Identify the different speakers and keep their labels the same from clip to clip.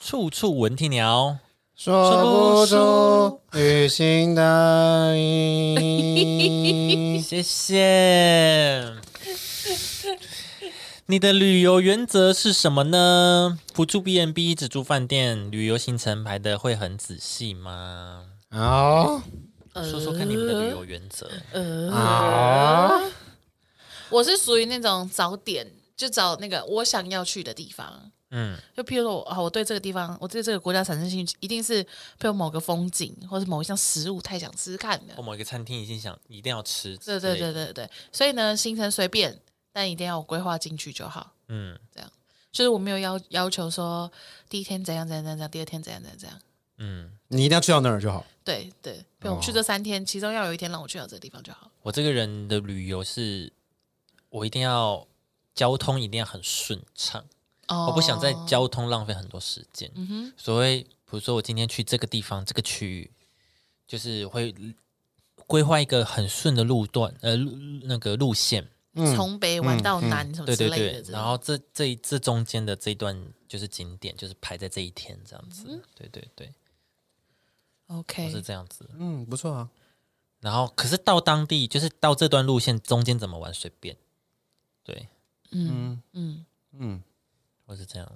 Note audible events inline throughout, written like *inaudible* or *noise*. Speaker 1: 处处闻啼鸟，
Speaker 2: 说
Speaker 1: 说
Speaker 2: 不出旅行的意义。
Speaker 1: 谢谢。你的旅游原则是什么呢？不住 B&B，只住饭店，旅游行程排的会很仔细吗？
Speaker 2: 哦
Speaker 1: 说说看你们的旅游原则。
Speaker 3: 呃
Speaker 2: 哦，
Speaker 3: 我是属于那种早点就找那个我想要去的地方，
Speaker 1: 嗯，
Speaker 3: 就譬如说我啊，我对这个地方，我对这个国家产生兴趣，一定是譬如某个风景或者某一项食物太想吃吃看
Speaker 1: 我
Speaker 3: 了。
Speaker 1: 某一个餐厅已经想一定要吃，
Speaker 3: 对对对，对对，所以呢，行程随便，但一定要有规划进去就好。
Speaker 1: 嗯
Speaker 3: 就是我没有要要求说第一天怎样怎样怎样怎样，第二天怎样怎样怎样。
Speaker 1: 嗯，
Speaker 2: 你一定要去到那儿就好。
Speaker 3: 对对，
Speaker 1: 哦
Speaker 3: 譬如我去这三天，其中要有一天让我去到这个地方就好。
Speaker 1: 我这个人的旅游是，我一定要交通一定要很顺畅，
Speaker 3: 哦嗯
Speaker 1: 我不想在交通浪费很多时间。所谓，比如说我今天去这个地方、这个区域，就是会规划一个很顺的路段，呃，路那个路线，
Speaker 3: 从北玩到南什么
Speaker 1: 对
Speaker 3: 嗯之
Speaker 1: 嗯对
Speaker 3: 类的
Speaker 1: 对
Speaker 3: 这。种。
Speaker 1: 然后这这这中间的这一段就是景点，就是排在这一天这样
Speaker 3: 嗯
Speaker 1: 子。对对对，我是
Speaker 3: OK，
Speaker 1: 这样子。
Speaker 2: 嗯，不错啊。
Speaker 1: 然后，可是到当地，就是到这段路线中间怎么玩随便，对
Speaker 3: 嗯嗯，
Speaker 2: 嗯，
Speaker 1: 我是这样。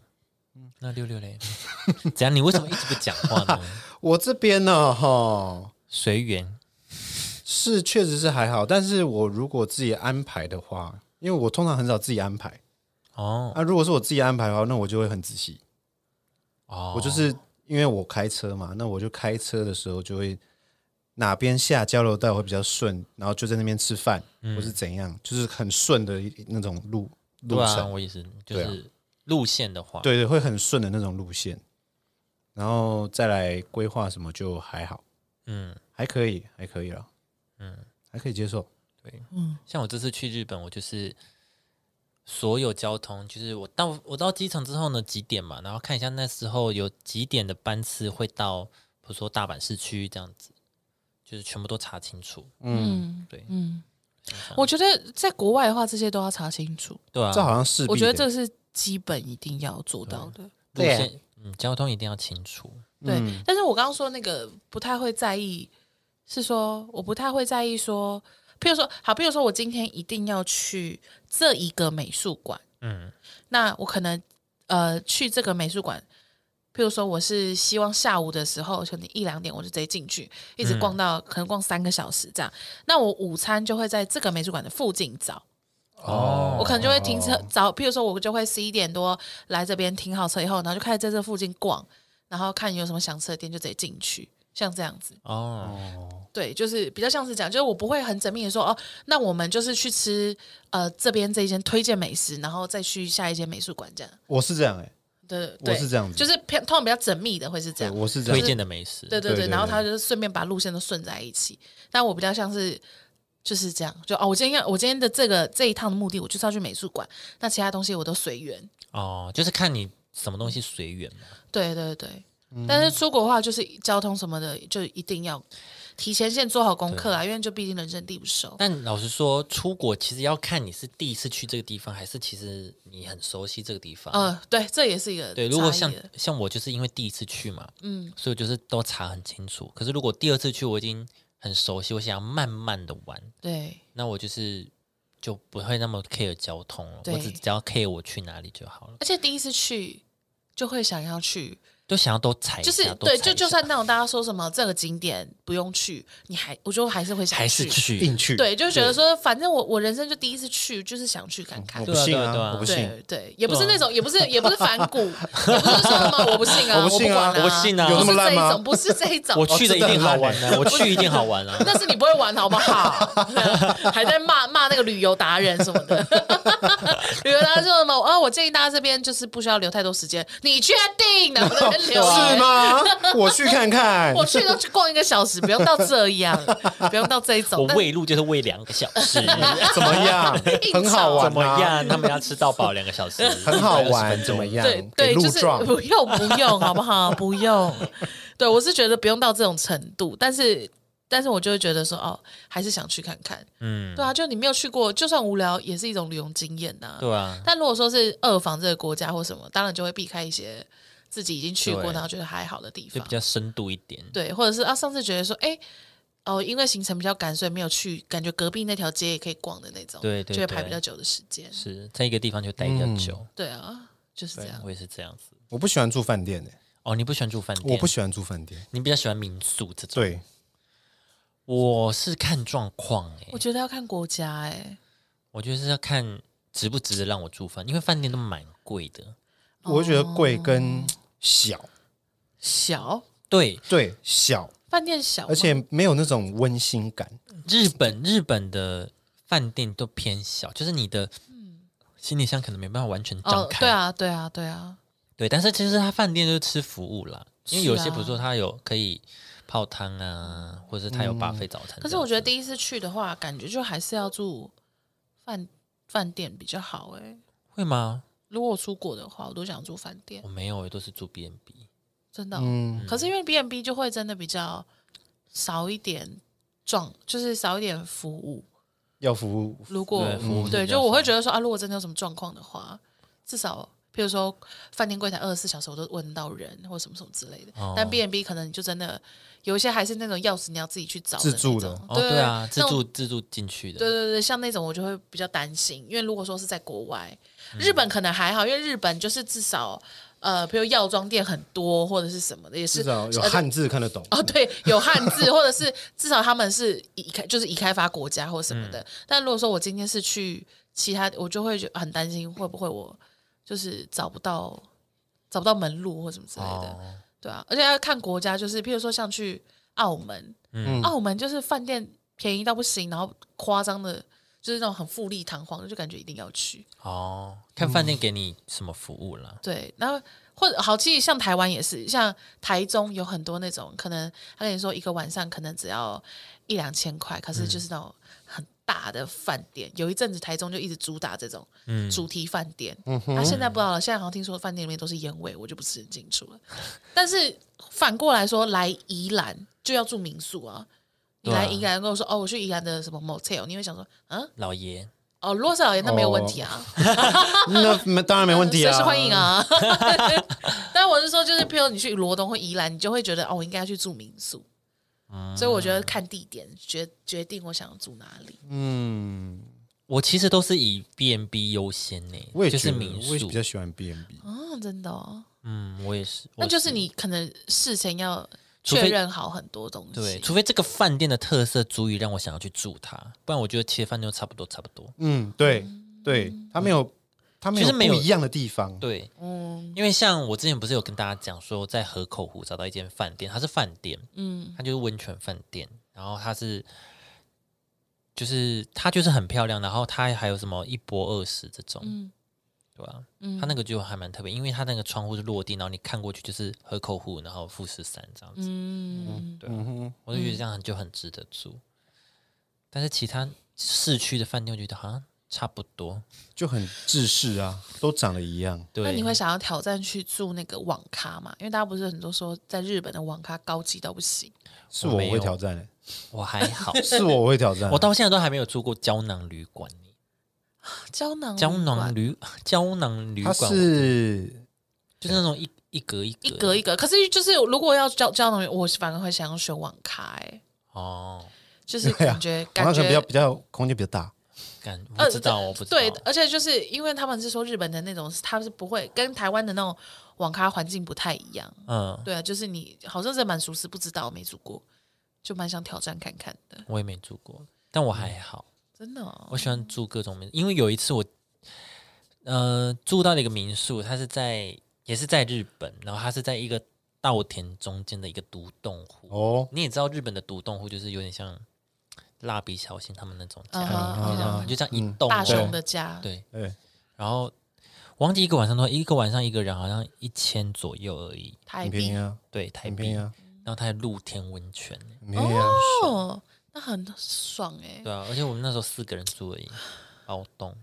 Speaker 1: 那六六嘞， *laughs* 怎样？你为什么一直不讲话呢？
Speaker 2: *laughs* 我这边呢，哈，
Speaker 1: 随缘，
Speaker 2: 是确实是还好，但是我如果自己安排的话，因为我通常很少自己安排
Speaker 1: 哦
Speaker 2: 啊。如果是我自己安排的话，那我就会很仔细。
Speaker 1: 哦，
Speaker 2: 我就是因为我开车嘛，那我就开车的时候就会哪边下交流道会比较顺，然后就在那边吃饭，
Speaker 1: 嗯
Speaker 2: 或是怎样，就是很顺的一那种路路
Speaker 1: 对啊，
Speaker 2: 程。
Speaker 1: 我也是，就
Speaker 2: 对啊
Speaker 1: 是路线的话，
Speaker 2: 对对，会很顺的那种路线，然后再来规划什么就还好，
Speaker 1: 嗯，
Speaker 2: 还可以，还可以了，
Speaker 1: 嗯
Speaker 2: 嗯，还可以接受。
Speaker 1: 对，像我这次去日本，我就是所有交通，就是我到我到机场之后呢，几点嘛，然后看一下那时候有几点的班次会到，比如说大阪市区这样子，就是全部都查清楚。
Speaker 3: 嗯
Speaker 1: 对，
Speaker 3: 嗯，
Speaker 1: 像这样
Speaker 3: 我觉得在国外的话，这些都要查清楚。
Speaker 1: 对啊，
Speaker 2: 这好像是，
Speaker 3: 我觉得这是基本一定要做到的。
Speaker 1: 路
Speaker 2: 对
Speaker 1: 线，嗯，交通一定要清楚。
Speaker 3: 对，
Speaker 1: 嗯
Speaker 3: 但是我刚刚说那个不太会在意，是说我不太会在意说，譬如说，好，譬如说我今天一定要去这一个美术馆，
Speaker 1: 嗯
Speaker 3: 那我可能呃去这个美术馆，譬如说我是希望下午的时候，可能一两点我就直接进去，一直
Speaker 1: 嗯
Speaker 3: 逛到、可能逛三个小时这样。那我午餐就会在这个美术馆的附近找，
Speaker 1: 哦
Speaker 3: 我可能就会停车找，譬如说我就会十一点多来这边停好车以后，然后就开始在这附近逛，然后看有什么想吃的店就直接进去。像这样子，
Speaker 1: 哦，
Speaker 3: 对，就是比较像是这样，就是我不会很缜密的说哦，那我们就是去吃呃这边这一间推荐美食，然后再去下一间美术馆这样。
Speaker 2: 我是这样哎、
Speaker 3: 对，
Speaker 2: 我
Speaker 3: 对
Speaker 2: 是这样子
Speaker 3: 就是偏通常比较缜密的会是这
Speaker 2: 对，
Speaker 3: 样，
Speaker 2: 我是这
Speaker 1: 推
Speaker 2: 样，
Speaker 1: 荐的美食，
Speaker 3: 对对
Speaker 2: 对
Speaker 3: 对，
Speaker 2: 对
Speaker 3: 然后他
Speaker 2: 对
Speaker 3: 就是顺便把路线都顺在一起。但我比较像是就是这样，就哦，我今天要我今天的这个这一趟的目的，我就是要去美术馆，那其他东西我都随缘。
Speaker 1: 哦，就是看你什么东西随缘嘛。
Speaker 3: 对对对，
Speaker 1: 嗯
Speaker 3: 但是出国的话，就是交通什么的，就一定要提前先做好功课啦，因为就毕竟人生地不熟。
Speaker 1: 但老实说，出国其实要看你是第一次去这个地方，还是其实你很熟悉这个地方。
Speaker 3: 呃，对，这也是一个
Speaker 1: 对，如果
Speaker 3: 差异
Speaker 1: 像
Speaker 3: 的
Speaker 1: 像我就是因为第一次去嘛，
Speaker 3: 嗯
Speaker 1: 所以我就是都查很清楚。可是如果第二次去，我已经很熟悉，我想要慢慢的玩，
Speaker 3: 对
Speaker 1: 那我就是就不会那么 care 交通了，
Speaker 3: 对
Speaker 1: 我只只要 care 我去哪里就好了，
Speaker 3: 而且第一次去就会想要去
Speaker 1: 就想哎要都踩一下，
Speaker 3: 就是
Speaker 1: 都
Speaker 3: 对，
Speaker 1: 踩
Speaker 3: 就
Speaker 1: 一
Speaker 3: 就
Speaker 1: 下
Speaker 3: 算那种大家说什么这个景点不用去，你还我就还是会想
Speaker 1: 还是去，
Speaker 2: 硬去，
Speaker 3: 对，就觉得说反正我我人生就第一次去，就是想去看看
Speaker 2: 我。不
Speaker 1: 对啊
Speaker 2: 信
Speaker 1: 对啊对啊
Speaker 2: 啊，我不信，
Speaker 3: 对对，也不是那
Speaker 1: 啊
Speaker 3: 种，也
Speaker 1: *laughs*
Speaker 3: 不是也不是反骨，也不是说什么我不信啊，
Speaker 2: 我
Speaker 3: 我
Speaker 2: 不信啊
Speaker 3: 管啊，
Speaker 1: 我不信啊
Speaker 3: 不
Speaker 2: 有
Speaker 3: 是
Speaker 2: 那么
Speaker 3: 这
Speaker 2: 烂
Speaker 3: 一
Speaker 2: 吗
Speaker 3: 种，不是这一种，
Speaker 1: 我去哦的一啊定好玩的，我去一定好玩啊。
Speaker 3: *laughs* 那是你不会玩好不好？ *laughs* 还在骂骂那个旅游达人什么的，旅游达人说什么？哦，我建议大家这边就是不需要留太多时间，你确定？然后流
Speaker 2: *laughs* 是
Speaker 3: 连。
Speaker 2: 吗？我去看看。
Speaker 3: *laughs*
Speaker 2: *laughs*
Speaker 3: 我去都去逛一个小时，不用到这样，不用到这一种
Speaker 1: 我。喂鹿就是喂两个小
Speaker 3: *laughs*
Speaker 1: 时，
Speaker 2: 怎么样
Speaker 3: 硬？
Speaker 2: 很好玩、啊，
Speaker 1: 怎么？样？他们要吃到饱两个小时，
Speaker 2: *laughs* 很好
Speaker 1: 20
Speaker 2: 玩，
Speaker 1: 分
Speaker 2: 怎么
Speaker 1: 钟？
Speaker 2: 样？
Speaker 3: 对
Speaker 2: 给
Speaker 3: 对，
Speaker 2: 路
Speaker 3: 就是
Speaker 2: 撞，
Speaker 3: 不用不用，好不好？不用。对我是觉得不用到这种程度，但是但是我就会觉得说，哦，还是想去看看。
Speaker 1: 嗯，
Speaker 3: 对啊，就你没有去过，就算无聊也是一种旅游经验呐、
Speaker 1: 对啊，
Speaker 3: 但如果说是二访这个国家或什么，当然就会避开一些自己已经去过
Speaker 1: 对
Speaker 3: 然后觉得还好的地
Speaker 1: 就
Speaker 3: 方
Speaker 1: 比。较深度一点。
Speaker 3: 对，或者是啊，上次觉得说，哎、哦，因为行程比较赶，所以没有去，感觉隔壁那条街也可以逛的那种，
Speaker 1: 对对
Speaker 3: 就会排
Speaker 1: 对
Speaker 3: 比较久的时间。
Speaker 1: 是在一个地方就待比较久，
Speaker 2: 嗯
Speaker 3: 对啊，就是这样。
Speaker 1: 我也是这样子。
Speaker 2: 我不喜欢住饭店的、欸
Speaker 1: 哦，你不喜欢住饭店？
Speaker 2: 我不，喜欢住饭店。
Speaker 1: 你比较喜欢民宿这种。
Speaker 2: 对，
Speaker 1: 我是看状况哎、
Speaker 3: 我觉得要看国家、哎，
Speaker 1: 我觉得是要看值不值得让我住饭，因为饭店都蛮贵的。
Speaker 3: 哦
Speaker 2: 我会觉得贵跟小，
Speaker 3: 小
Speaker 1: 对，
Speaker 2: 对小，
Speaker 3: 饭店小吗，
Speaker 2: 而且没有那种温馨感。
Speaker 1: 日本日本的饭店都偏小，就是你的行李箱可能没办法完全
Speaker 3: 哦
Speaker 1: 张，开。
Speaker 3: 对啊，对啊，对啊，
Speaker 1: 对，但是其实它饭店就是吃服务啦，因为有
Speaker 3: 是
Speaker 1: 些
Speaker 3: 啊
Speaker 1: 比如说它有可以泡汤啊，或者是它有巴菲早餐这样子。
Speaker 3: 嗯可是我觉得第一次去的话，感觉就还是要住饭饭店比较好哎、
Speaker 1: 会吗？
Speaker 3: 如果我出国的话，我都想住饭店
Speaker 1: 我，没有，我都是住 B N B。
Speaker 3: 真的哦、
Speaker 2: 嗯，
Speaker 3: 可是因为 B n B 就会真的比较少一点状，就是少一点服务。
Speaker 2: 要服务
Speaker 3: 如果
Speaker 1: 对服务是
Speaker 3: 对，
Speaker 1: 比较
Speaker 3: 就我会
Speaker 1: 少
Speaker 3: 觉得说啊，如果真的有什么状况的话，至少譬如说饭店柜台二十四小时我都问得到人或什么什么之类的。
Speaker 1: 哦
Speaker 3: 但 B n B 可能你就真的有一些还是那种钥匙你要自己去找
Speaker 2: 自助的
Speaker 3: 的那种
Speaker 1: 哦，对啊，自。
Speaker 3: 那种
Speaker 1: 助自助进去的。
Speaker 3: 对对对，像那种我就会比较担心，因为如果说是在国外，
Speaker 1: 嗯
Speaker 3: 日本可能还好，因为日本就是至少呃，比如药妆店很多或者是什么的，也是
Speaker 2: 至少有
Speaker 3: 呃
Speaker 2: 汉字看得懂。
Speaker 3: *laughs* 哦，对，有汉字，或者是至少他们是已开就是已开发国家或什么的。但如果说我今天是去其他，我就会觉得很担心会不会我就是找不到找不到门路或什么之类的，
Speaker 1: 哦，
Speaker 3: 对啊。而且要看国家，就是譬如说像去澳门，
Speaker 2: 嗯，
Speaker 3: 澳门就是饭店便宜到不行，然后夸张的，就是那种很富丽堂皇的，就感觉一定要去。
Speaker 1: 哦，看饭店
Speaker 3: 嗯
Speaker 1: 给你什么服务啦。
Speaker 3: 对，然后或者好，其实像台湾也是，像台中有很多那种，可能他跟你说一个晚上可能只要一两千块，可是
Speaker 1: 嗯
Speaker 3: 就是那种很大的饭店，有一阵子台中就一直主打这种
Speaker 1: 嗯
Speaker 3: 主题饭店，他、现在不知道了，现在好像听说饭店里面都是烟味，我就不是很清楚了。但是反过来说，来宜兰就要住民宿啊。你
Speaker 1: 对啊
Speaker 3: 来宜兰跟我说、哦，我去宜兰的什么 motel，你会想说，嗯，
Speaker 1: 老爷，
Speaker 3: 哦，罗少爷那没有问题
Speaker 1: 哦
Speaker 3: *laughs* 啊，
Speaker 2: 嗯那没当然没问题啊，
Speaker 3: *laughs* 随时欢迎。啊。但我是说，就是譬如你去罗东或宜兰，你就会觉得哦，我应该要去住民宿。所以我觉得看地点决决定我想要住哪里。
Speaker 2: 嗯，
Speaker 1: 我其实都是以 B N B 优先呢，
Speaker 2: 我也
Speaker 1: 就是
Speaker 2: 觉得
Speaker 1: 民
Speaker 2: 我也
Speaker 1: 宿
Speaker 2: 比。较喜欢 B N B。
Speaker 3: 哦，真的哦，
Speaker 1: 嗯，我也是。
Speaker 3: 那
Speaker 1: 我
Speaker 3: 就是你可能事前要
Speaker 1: 除非
Speaker 3: 确认好很多东西。嗯
Speaker 1: 对，除非这个饭店的特色足以让我想要去住它，不然我觉得其实饭店都差不多，差不多。
Speaker 2: 嗯，对对，他没有，他没
Speaker 1: 就
Speaker 2: 有
Speaker 1: 是没有
Speaker 2: 不一样的地方。
Speaker 1: 对，
Speaker 3: 嗯
Speaker 1: 因为像我之前不是有跟大家讲说，在河口湖找到一间饭店，它是饭店，
Speaker 3: 嗯
Speaker 1: 它就是温泉饭店，然后它是就是它就是很漂亮，然后它还有什么一波二十这种，
Speaker 3: 嗯
Speaker 1: 对吧、
Speaker 3: 嗯，
Speaker 1: 它那个就还蛮特别，因为它那个窗户是落地，然后你看过去就是河口湖，然后富士山这样子，
Speaker 3: 嗯
Speaker 1: 对啊、我就觉得这样就很值得住。但是其他市区的饭店，我觉得好像差不多。
Speaker 2: 就很制式啊，都长得一样。
Speaker 1: 对，
Speaker 3: 那你会想要挑战去住那个网咖吗？因为大家不是很多说在日本的网咖高级到不行。
Speaker 2: 是
Speaker 1: 我
Speaker 2: 我
Speaker 1: 没
Speaker 2: 会
Speaker 1: 有
Speaker 2: 挑战的，
Speaker 1: 我还
Speaker 3: *laughs*
Speaker 1: 好，
Speaker 2: 是我会挑战。
Speaker 1: 我到现在都还没有住过胶囊旅馆呢。
Speaker 3: 胶囊
Speaker 1: 胶
Speaker 3: 旅
Speaker 1: 囊
Speaker 3: 馆
Speaker 1: 旅 *laughs* 胶囊旅
Speaker 2: 它
Speaker 1: 馆，
Speaker 2: 是
Speaker 1: 就是那种一一格一格
Speaker 3: 一格一格，可是就是如果要胶胶囊旅，我反而会想要选网咖、欸。
Speaker 1: 哦，
Speaker 3: 就是
Speaker 2: 对啊
Speaker 3: 感觉、
Speaker 2: 好像
Speaker 3: 感
Speaker 2: 可
Speaker 3: 觉
Speaker 2: 能比较比较空间比较大，
Speaker 1: 感我
Speaker 3: 呃
Speaker 1: 不知道，我不知道，
Speaker 3: 对，而且就是因为他们是说日本的那种，他们是不会跟台湾的那种网咖环境不太一样。
Speaker 1: 嗯，
Speaker 3: 对啊，就是你好像是蛮熟识，不知道没住过，就蛮想挑战看看的。
Speaker 1: 我也没住过，但我还好，
Speaker 3: 真的、哦，
Speaker 1: 我喜欢住各种民，因为有一次我呃住到了一个民宿，它是在也是在日本，然后它是在一个稻田中间的一个独栋户，
Speaker 2: 哦，
Speaker 1: 你也知道日本的独栋户就是有点像蜡笔小新他们那种家
Speaker 3: 嗯哼
Speaker 1: 你知道吗
Speaker 2: 嗯
Speaker 1: 就这样一栋
Speaker 3: 大
Speaker 1: 哦
Speaker 3: 雄的家，
Speaker 1: 对，
Speaker 2: 对，
Speaker 1: 然后我忘记一个晚上多少，一个晚上一个人好像一千左右而已，
Speaker 3: 台
Speaker 2: 很便宜
Speaker 3: 币
Speaker 2: 啊，
Speaker 1: 对，台
Speaker 2: 很
Speaker 1: 币。
Speaker 2: 便宜啊，
Speaker 1: 然后它还露天温泉，
Speaker 2: 很便宜啊。
Speaker 3: 哦，那很爽哎、
Speaker 1: 对啊，而且我们那时候四个人住而已，包栋。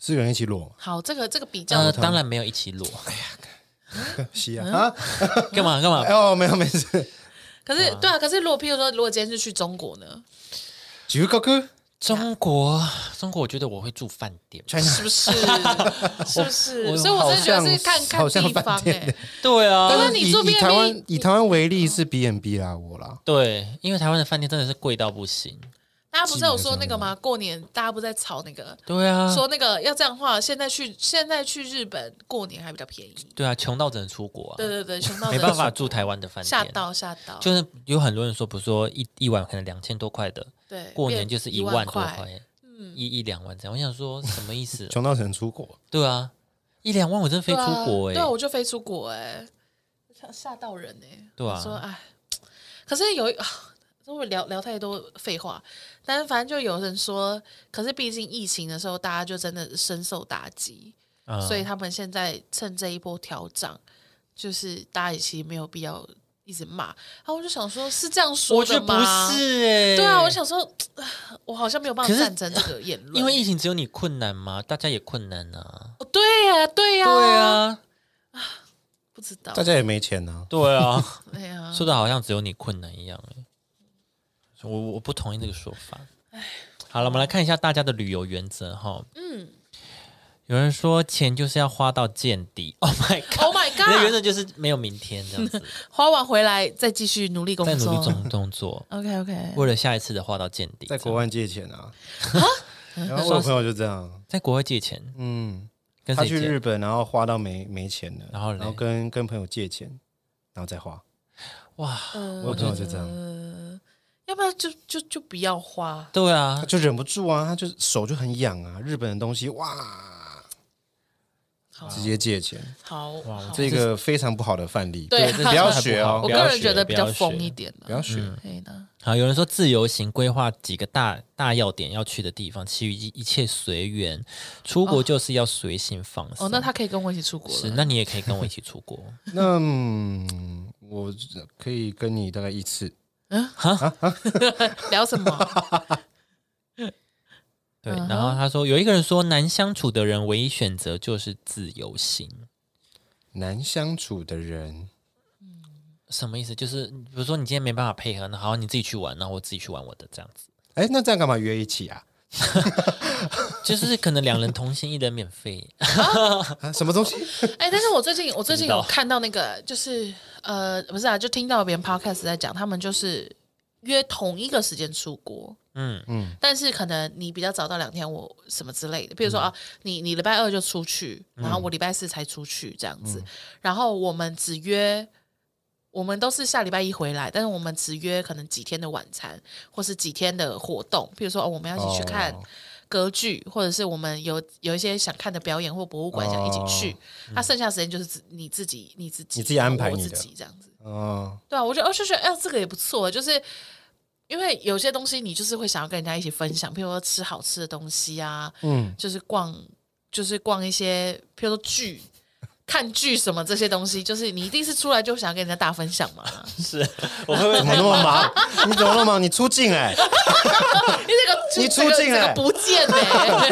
Speaker 2: 四个人一起裸嘛，
Speaker 3: 好，这个这个比较，
Speaker 1: 呃，当然没有一起裸， *laughs*
Speaker 2: 西
Speaker 1: 嗯
Speaker 2: 啊啊！
Speaker 1: 干嘛干嘛
Speaker 2: 哎？哦，没有没事，
Speaker 3: 可是对啊，可是如果譬如说，如果今天是去中国呢，
Speaker 2: 几个高哥
Speaker 1: 中国，中国，我觉得我会住饭店。
Speaker 2: ，China，
Speaker 3: 是不是？是不
Speaker 1: 我
Speaker 3: 是？所以我真的觉得是看看
Speaker 2: 好像
Speaker 3: 地方
Speaker 2: 饭
Speaker 3: 哎、
Speaker 2: 店的
Speaker 1: 对
Speaker 2: 但
Speaker 1: 啊
Speaker 3: 是，你
Speaker 2: 以
Speaker 3: 住
Speaker 2: 以
Speaker 3: B&B
Speaker 2: 台湾以台湾为例是 B N B 啦，我啦，？
Speaker 1: 对，因为台湾的饭店真的是贵到不行。
Speaker 3: 大家不是有说那个吗？过年大家不在吵那个，
Speaker 1: 对啊，
Speaker 3: 说那个要这样的话，现在去现在去日本过年还比较便宜。
Speaker 1: 对啊，穷到只能出国
Speaker 3: 对
Speaker 1: 啊，
Speaker 3: 对对，熊到
Speaker 1: 没办法住台湾的饭
Speaker 3: 吓
Speaker 1: 店。
Speaker 3: 到吓到，
Speaker 1: 就是有很多人说，比如说一一晚可能两千多块的，
Speaker 3: 对，
Speaker 1: 过年就是
Speaker 3: 一
Speaker 1: 一万多
Speaker 3: 块，嗯
Speaker 1: 块，一一两万这样。我想说什么意思啊
Speaker 2: 穷到只能出国，
Speaker 1: 对啊，一两万我真的飞
Speaker 3: 对
Speaker 1: 出
Speaker 3: 啊
Speaker 1: 国哎、
Speaker 3: 对啊，我就飞出国哎，吓吓到人哎，
Speaker 1: 对啊
Speaker 3: 我说哎，可是有一。 *sighs* 啊因为聊聊太多废话，但是反正就有人说，可是毕竟疫情的时候，大家就真的深受打击，
Speaker 1: 嗯
Speaker 3: 所以他们现在趁这一波调涨，就是大家也其实没有必要一直骂。然后我就想说，是这样说
Speaker 1: 我觉
Speaker 3: 的
Speaker 1: 得不
Speaker 3: 吗？
Speaker 1: 是哎、
Speaker 3: 对啊，我想说，我好像没有办法
Speaker 1: 可是
Speaker 3: 赞成这个言论，
Speaker 1: 因为疫情只有你困难嘛，大家也困难啊。
Speaker 3: 哦对呀、对呀、
Speaker 1: 对，啊，
Speaker 3: 不知道
Speaker 2: 大，家也没钱呐。
Speaker 1: 对啊，
Speaker 3: 哎呀，
Speaker 1: 说的好像只有你困难一样哎、我我我不同意这个说法。好了，我们来看一下大家的旅游原则哈。嗯，有人说钱就是要花到见底。Oh my god！
Speaker 3: Oh my
Speaker 1: 你的原
Speaker 3: god！
Speaker 1: 则就是没有明天这样子，
Speaker 3: 花完回来再继续努力工
Speaker 1: 在努力
Speaker 3: 作。
Speaker 1: 中动作，
Speaker 3: OK OK，
Speaker 1: 为了下一次的花到见底。
Speaker 2: 在国外借钱啊。然后
Speaker 1: 说
Speaker 2: 我有朋友就这样，
Speaker 1: 在国外借钱，
Speaker 2: 嗯，
Speaker 1: 跟
Speaker 2: 他
Speaker 1: 谁
Speaker 2: 去
Speaker 1: 借？
Speaker 2: 日本，然后花到没没钱了，
Speaker 1: 然后嘞
Speaker 2: 然后跟跟朋友借钱，然后再花。
Speaker 1: 哇，
Speaker 2: 我有朋友就这样，
Speaker 3: 呃，要不要就就就不要花？
Speaker 1: 对
Speaker 2: 他
Speaker 1: 啊，
Speaker 2: 就忍不住啊，他就手就很痒啊，日本的东西哇，
Speaker 3: 好
Speaker 2: 直接借钱，
Speaker 3: 好，好
Speaker 2: 这个非常不好的范例，
Speaker 3: 对
Speaker 1: 这
Speaker 2: 不要学哦，
Speaker 3: *laughs* 我
Speaker 2: 不
Speaker 3: 个
Speaker 2: 要
Speaker 3: 人
Speaker 2: 学
Speaker 3: 觉得
Speaker 1: 不
Speaker 3: 比
Speaker 1: 要
Speaker 3: 较疯
Speaker 1: 学
Speaker 3: 一点
Speaker 2: 不要
Speaker 3: 呢。
Speaker 2: 学，
Speaker 3: 可以呢，
Speaker 1: 好，有人说自由行规划几个大大要点要去的地方，其余一一切随缘。出国就是要随性放松。
Speaker 3: 哦，那他可以跟我一起出国
Speaker 1: 是，
Speaker 3: 了。
Speaker 1: 那你也可以跟我一起出
Speaker 3: *laughs*
Speaker 1: 国。
Speaker 2: 那嗯我可以跟你大概一次，
Speaker 3: 聊
Speaker 1: *laughs*
Speaker 3: 什么？
Speaker 1: 对，
Speaker 3: 嗯哼
Speaker 1: 然后他说有一个人说难相处的人唯一选择就是自由行，
Speaker 2: 难相处的人，
Speaker 1: 什么意思？就是比如说你今天没办法配合，那好，你自己去玩，然后我自己去玩我的这样子，
Speaker 2: 哎，那这样干嘛约一起啊？
Speaker 1: 就是可能两人同行，一人免费。
Speaker 2: 啊，什么东西？
Speaker 3: 哎，但是我最近我最近
Speaker 1: 不知道
Speaker 3: 有看到那个，就是呃，不是啊，就听到别人 podcast 在讲，他们就是约同一个时间出国，
Speaker 1: 嗯， *laughs*
Speaker 3: 但是可能你比较早到两天，我什么之类的，
Speaker 2: 嗯
Speaker 3: 比如说、啊，你你礼拜二就出去，然后我礼拜四才出去这样
Speaker 2: 嗯
Speaker 3: 子，然后我们只约，我们都是下礼拜一回来，但是我们只约可能几天的晚餐或是几天的活动，比如说、哦、我们要一起去看
Speaker 2: 哦
Speaker 3: 歌剧，或者是我们有有一些想看的表演或博物
Speaker 2: 哦
Speaker 3: 馆想一起去，那、剩下的时间就是自你自己你自己
Speaker 2: 你自己安排
Speaker 3: 我
Speaker 2: 你
Speaker 3: 自
Speaker 2: 的
Speaker 3: 己这样子。
Speaker 2: 哦，
Speaker 3: 对啊，我就哦就觉得哎、这个也不错，就是因为有些东西你就是会想要跟人家一起分享，譬如说吃好吃的东西啊，
Speaker 2: 嗯，
Speaker 3: 就是逛，就是逛一些，譬如说剧。看剧什么这些东西，就是你一定是出来就想要跟人家大分享嘛。 *laughs*
Speaker 1: 是， *laughs* 我会不会
Speaker 2: 怎么那么忙？你怎么那么忙？你出镜哎、
Speaker 3: 你这个
Speaker 2: 你
Speaker 3: 这个
Speaker 2: 出镜
Speaker 3: 这
Speaker 2: 嘞
Speaker 3: 个不见哎、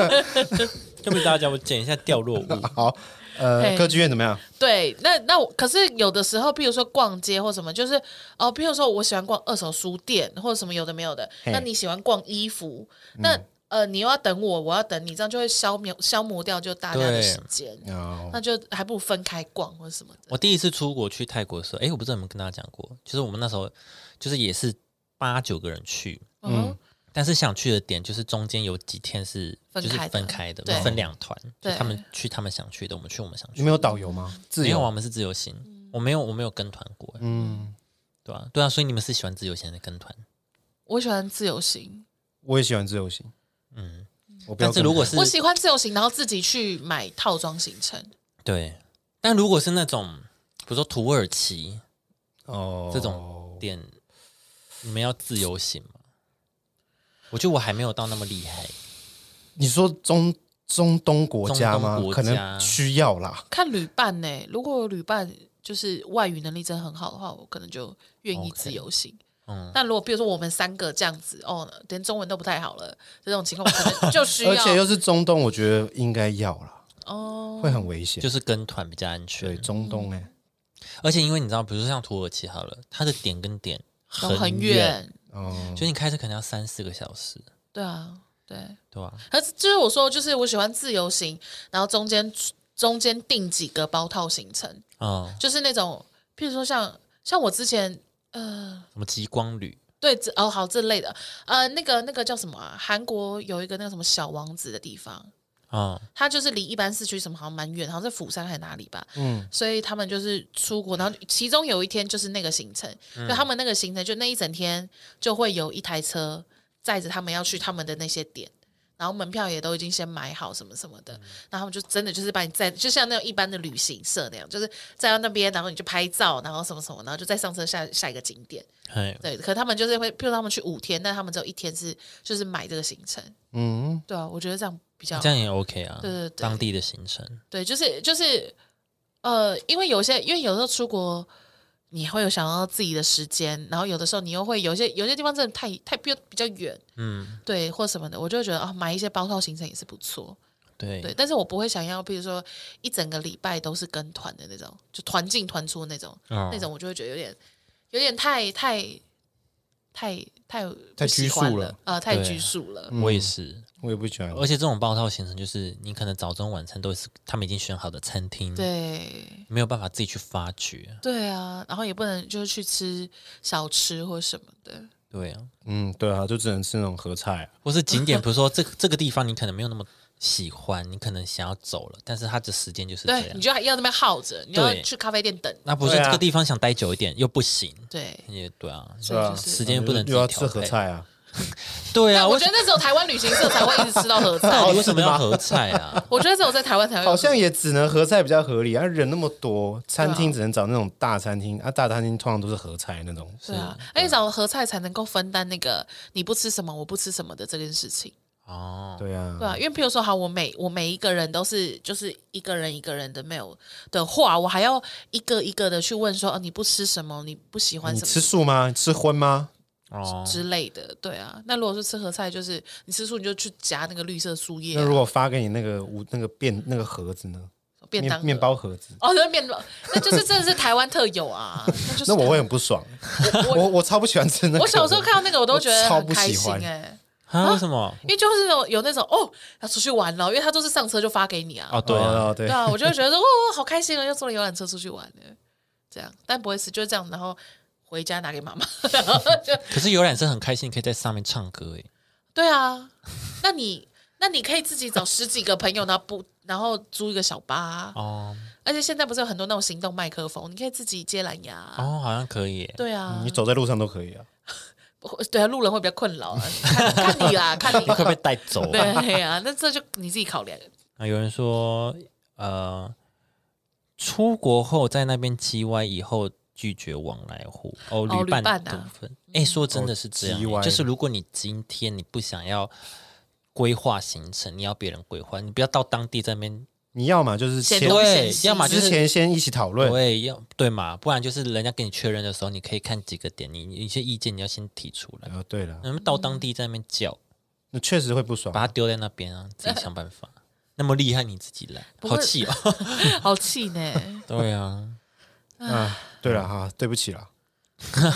Speaker 1: 对不起大家，我剪一下掉落物。
Speaker 2: 好，呃，
Speaker 3: 嘿
Speaker 2: 歌剧院怎么样？
Speaker 3: 对，那那我可是有的时候，譬如说逛街或什么，就是哦，譬如说我喜欢逛二手书店或者什么有的没有的，
Speaker 2: 嘿
Speaker 3: 那你喜欢逛衣服，那、呃你又要等我，我要等你，这样就会消磨消磨掉就大家的
Speaker 1: 对
Speaker 3: 时间，
Speaker 2: 哦，
Speaker 3: 那就还不如分开逛或者什么的。
Speaker 1: 我第一次出国去泰国的时候，诶，我不知道有没有跟大家讲过，就是我们那时候就是也是八九个人去，
Speaker 3: 嗯，
Speaker 1: 但是想去的点就是中间有几天是
Speaker 3: 分
Speaker 1: 就是
Speaker 3: 开的
Speaker 1: 分开的，
Speaker 3: 对
Speaker 1: 分两团，就
Speaker 3: 对
Speaker 1: 他们去他们想去的，我们去我们想
Speaker 2: 你
Speaker 1: 去。
Speaker 2: 们有导游吗？自
Speaker 1: 没有啊，我
Speaker 2: 由，
Speaker 1: 们是自由
Speaker 3: 嗯
Speaker 1: 行，我没有我没有跟团过，
Speaker 2: 嗯，
Speaker 1: 对啊，对啊，所以你们是喜欢自由行的跟团，
Speaker 3: 我喜欢自由行，
Speaker 2: 我也喜欢自由行，
Speaker 1: 嗯，
Speaker 2: 我不要
Speaker 1: 但
Speaker 2: 跟团。
Speaker 1: 是如果是
Speaker 3: 我喜欢自由行，然后自己去买套装行程。
Speaker 1: 对，但如果是那种比如说土耳其
Speaker 2: 哦
Speaker 1: 这种点，你们要自由行吗？我觉得我还没有到那么厉害，
Speaker 2: 你说中中东国家吗
Speaker 1: 中东？国家
Speaker 2: 可能需要啦。
Speaker 3: 看旅伴呢、如果旅伴就是外语能力真的很好的话，我可能就愿意
Speaker 1: OK
Speaker 3: 自由行。
Speaker 1: 嗯，
Speaker 3: 但如果比如说我们三个这样子，哦，连中文都不太好了，这种情况可能就需要，
Speaker 2: *laughs* 而且又是中东，我觉得应该要啦，
Speaker 3: 哦，
Speaker 2: 会很危险。
Speaker 1: 就是跟团比较安
Speaker 2: 对
Speaker 1: 全。
Speaker 2: 中东哎、
Speaker 1: 而且因为你知道，比如说像土耳其好了，它的点跟点
Speaker 3: 都
Speaker 1: 很
Speaker 3: 很
Speaker 1: 远，
Speaker 3: 远，
Speaker 2: 哦，
Speaker 1: 就你开车可能要三四个小时，
Speaker 3: 对啊，对。
Speaker 1: 对吧、
Speaker 3: 可是就是我说，就是我喜欢自由行，然后中间中间定几个包套行程，
Speaker 1: 嗯，
Speaker 3: 就是那种，譬如说像像我之前，呃，
Speaker 1: 什么极光旅，
Speaker 3: 对，这哦好这类的，呃，那个那个叫什么啊？韩国有一个那个什么小王子的地方，
Speaker 1: 嗯，
Speaker 3: 它就是离一般市区什么好像蛮远，好像在釜山还是哪里吧。
Speaker 2: 嗯，
Speaker 3: 所以他们就是出国，然后其中有一天就是那个行程，
Speaker 1: 嗯
Speaker 3: 就他们那个行程就那一整天就会有一台车载着他们要去他们的那些点，然后门票也都已经先买好什么什么的，
Speaker 1: 嗯
Speaker 3: 然后他们就真的就是把你载，就像那种一般的旅行社那样，就是载到那边，然后你就拍照，然后什么什么，然后就再上车下下一个景点。
Speaker 1: 嘿，
Speaker 3: 对，可他们就是会，譬如他们去五天，但他们只有一天是就是买这个行程。
Speaker 2: 嗯，
Speaker 3: 对啊，我觉得这样比较
Speaker 1: 这样也 OK 啊。
Speaker 3: 对对对
Speaker 1: 当地的行程，
Speaker 3: 对，就是就是呃，因为有些因为有时候出国。你会有想要自己的时间，然后有的时候你又会有些有些地方真的太太比较比较远，
Speaker 1: 嗯，
Speaker 3: 对或什么的，我就会觉得啊、买一些包套行程也是不错，
Speaker 1: 对，
Speaker 3: 对。但是我不会想要，比如说一整个礼拜都是跟团的那种，就团进团出的那种，
Speaker 1: 嗯
Speaker 2: 哦
Speaker 3: 那种我就会觉得有点有点太太太太
Speaker 2: 太
Speaker 3: 不喜
Speaker 2: 拘束
Speaker 3: 欢
Speaker 2: 了嗯
Speaker 3: 了，呃，太
Speaker 1: 对
Speaker 3: 拘束了。
Speaker 1: 我也是。
Speaker 2: 我也不喜欢。
Speaker 1: 而且这种报道行程就是你可能早中晚餐都是他们已经选好的餐厅，，
Speaker 3: 对
Speaker 1: 没有办法自己去发掘。
Speaker 3: 对啊，然后也不能就是去吃小吃或什么的。
Speaker 1: 对啊，
Speaker 2: 嗯，对啊，就只能吃那种合菜、啊。
Speaker 1: 或是景点，比如
Speaker 3: *laughs*
Speaker 1: 说这个这个地方你可能没有那么喜欢，你可能想要走了，但是它的时间就是这
Speaker 3: 对，你
Speaker 1: 样。
Speaker 3: 就要那边耗着，你要
Speaker 1: 对
Speaker 3: 去咖啡店等。
Speaker 1: 那不是
Speaker 2: 对啊
Speaker 1: 这个地方想待久一点又不行，
Speaker 3: 对，
Speaker 1: 也对啊，
Speaker 3: 对啊
Speaker 1: 时间又不能自
Speaker 2: 又要
Speaker 1: 己
Speaker 2: 吃
Speaker 1: 调
Speaker 2: 合
Speaker 1: 配。
Speaker 2: 菜啊，
Speaker 1: 对啊，
Speaker 3: 但我
Speaker 1: 我
Speaker 3: 觉得那只有台湾旅行社才会一直吃到
Speaker 1: *laughs*
Speaker 3: 合
Speaker 1: 到
Speaker 3: 菜，
Speaker 1: 底为什么要合菜
Speaker 2: *laughs*
Speaker 1: 啊？
Speaker 3: 我觉得只有在台湾才会有。
Speaker 2: 好像也只能合菜比较合理啊。人那么多，餐厅只能找那种大餐厅啊，大餐厅通常都是合菜那种。
Speaker 3: 对啊，而且找合菜才能够分担那个你不吃什么，我不吃什么的这件事情，
Speaker 1: 哦，
Speaker 2: 对啊，
Speaker 3: 对啊，因为譬如说，好，我每我每一个人都是就是一个人一个人的没有的话，我还要一个一个的去问说，哦，你不吃什么，你不喜欢
Speaker 2: 你
Speaker 3: 什么
Speaker 2: 吃素吗？你吃荤吗？
Speaker 1: 哦，
Speaker 3: 之类的，对啊。那如果是吃合菜，就是你吃素你就去夹那个绿色素叶、
Speaker 2: 那
Speaker 3: 啊
Speaker 2: 如、果发给你那个五那个便那个盒子呢？
Speaker 3: 便
Speaker 2: 面
Speaker 3: 当盒
Speaker 2: 面包盒子，
Speaker 3: 哦，对面包，那就是真的是台湾特有啊。那就是
Speaker 2: 那我会很不爽。我我超不喜欢吃那个。
Speaker 3: 我小时候看到那个，我都觉得
Speaker 2: 我超
Speaker 3: 很
Speaker 2: 不
Speaker 3: 开
Speaker 2: 喜
Speaker 3: 心
Speaker 2: 欢
Speaker 3: 哎、
Speaker 1: 啊，为什么？
Speaker 3: 因为就是有有那种哦，要出去玩了，因为他都是上车就发给你啊。
Speaker 1: 哦，对啊，
Speaker 2: 哦对
Speaker 3: 对啊，我就会觉得说，哦，好开心啊，又坐了游览车出去玩了，这样，但不会吃，就是这样，然后回家拿给妈妈。 *laughs*
Speaker 1: 可是游览车很开心，你可以在上面唱歌欸诶。
Speaker 3: 对啊，那你那你可以自己找十几个朋友，然后不，然后租一个小巴啊、
Speaker 1: 哦
Speaker 3: 而且现在不是有很多那种行动麦克风，你可以自己接蓝牙啊。
Speaker 1: 哦，好像可以耶。
Speaker 3: 对啊，
Speaker 2: 你走在路上都可以啊。
Speaker 3: 会对啊，路人会比较困扰啊，看看你啦，看你
Speaker 1: 你
Speaker 3: 啦
Speaker 1: 会被带走啊？
Speaker 3: *laughs*
Speaker 1: *laughs*
Speaker 3: 对啊，那这就你自己考量。
Speaker 1: 啊，有人说，呃，出国后在那边 G Y 以后拒绝往来户哦，
Speaker 3: 哦旅
Speaker 1: 伴
Speaker 3: 伴
Speaker 1: 的
Speaker 3: 啊
Speaker 1: 部分，哎、说真的是这样、
Speaker 2: 哦，GY
Speaker 1: 就是如果你今天你不想要规划行程，你要别人规划，你不要到当地这边
Speaker 2: 你要嘛就是
Speaker 3: 先
Speaker 2: 前
Speaker 3: 东西
Speaker 1: 对
Speaker 3: 嫌，弃
Speaker 1: 要么就
Speaker 2: 之
Speaker 1: 是。
Speaker 2: 前先一起讨论，
Speaker 1: 对，要对嘛，不然就是人家跟你确认的时候，你可以看几个点，你你一些意见你要先提出来
Speaker 2: 然，后呃对了，
Speaker 1: 那么到当地在那边叫，
Speaker 2: 那确实会不爽
Speaker 1: 把。它丢在那边啊，自己想办法。那么厉害，你自己来，
Speaker 3: 不
Speaker 1: 好
Speaker 3: 会
Speaker 1: 气哦。
Speaker 3: 好气呢，
Speaker 1: 对啊，
Speaker 2: 啊，对了哈，对不起啦，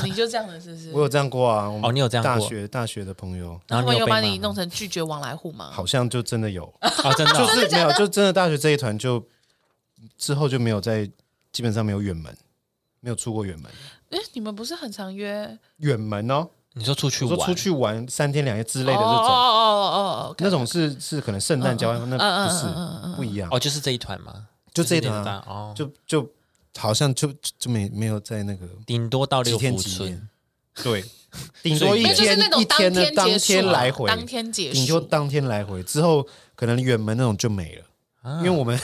Speaker 3: 你就这样的，是不是？
Speaker 2: 我有这样过啊。
Speaker 1: 哦，
Speaker 2: 哦
Speaker 1: 你有这样
Speaker 2: 大
Speaker 1: 过？
Speaker 2: 学大学的朋友
Speaker 3: 那
Speaker 1: 然后
Speaker 3: 他们
Speaker 1: 你
Speaker 3: 有
Speaker 1: 有
Speaker 3: 把
Speaker 1: 被
Speaker 3: 你
Speaker 1: 骂
Speaker 3: 弄成拒绝往来户吗？
Speaker 2: 好像就真的
Speaker 3: *laughs*
Speaker 2: 有，
Speaker 3: 啊
Speaker 1: 哦，真的哦、
Speaker 2: 就是没有，就真的大学这一团就之后就没有在，基本上没有远门，没有出过远门，
Speaker 3: 哎，你们不是很常约
Speaker 2: 远门哦，
Speaker 1: 你说出去
Speaker 2: 我
Speaker 1: 玩，
Speaker 2: 说出去玩三天两夜之类
Speaker 3: 哦
Speaker 2: 的
Speaker 3: 哦
Speaker 2: 这
Speaker 3: 哦嗯
Speaker 2: 种，
Speaker 3: 哦哦哦，
Speaker 2: 那种是是可能圣诞交换，那不
Speaker 3: 嗯
Speaker 2: 是不一样，
Speaker 1: 哦，就是这一团嘛，
Speaker 2: 就这一
Speaker 1: 就是
Speaker 2: 团
Speaker 1: 联
Speaker 2: 啊
Speaker 1: 大哦，
Speaker 2: 就就好像就就就没没有在那个
Speaker 1: 顶多到
Speaker 2: 几
Speaker 1: 六
Speaker 2: 天
Speaker 1: 福
Speaker 2: 几夜
Speaker 1: 村，，
Speaker 2: 对， *laughs* 顶
Speaker 1: 所
Speaker 2: 多
Speaker 1: 以
Speaker 2: 一
Speaker 1: 没
Speaker 3: 那
Speaker 1: 有
Speaker 3: 就是
Speaker 2: 天
Speaker 3: 那种
Speaker 2: 一天的
Speaker 3: 天
Speaker 2: 当
Speaker 3: 结束
Speaker 2: 天
Speaker 3: 啊，
Speaker 2: 来回，
Speaker 3: 当天结
Speaker 2: 你就
Speaker 3: 束，
Speaker 2: 当天来回之后，可能远门那种就没了，因为我们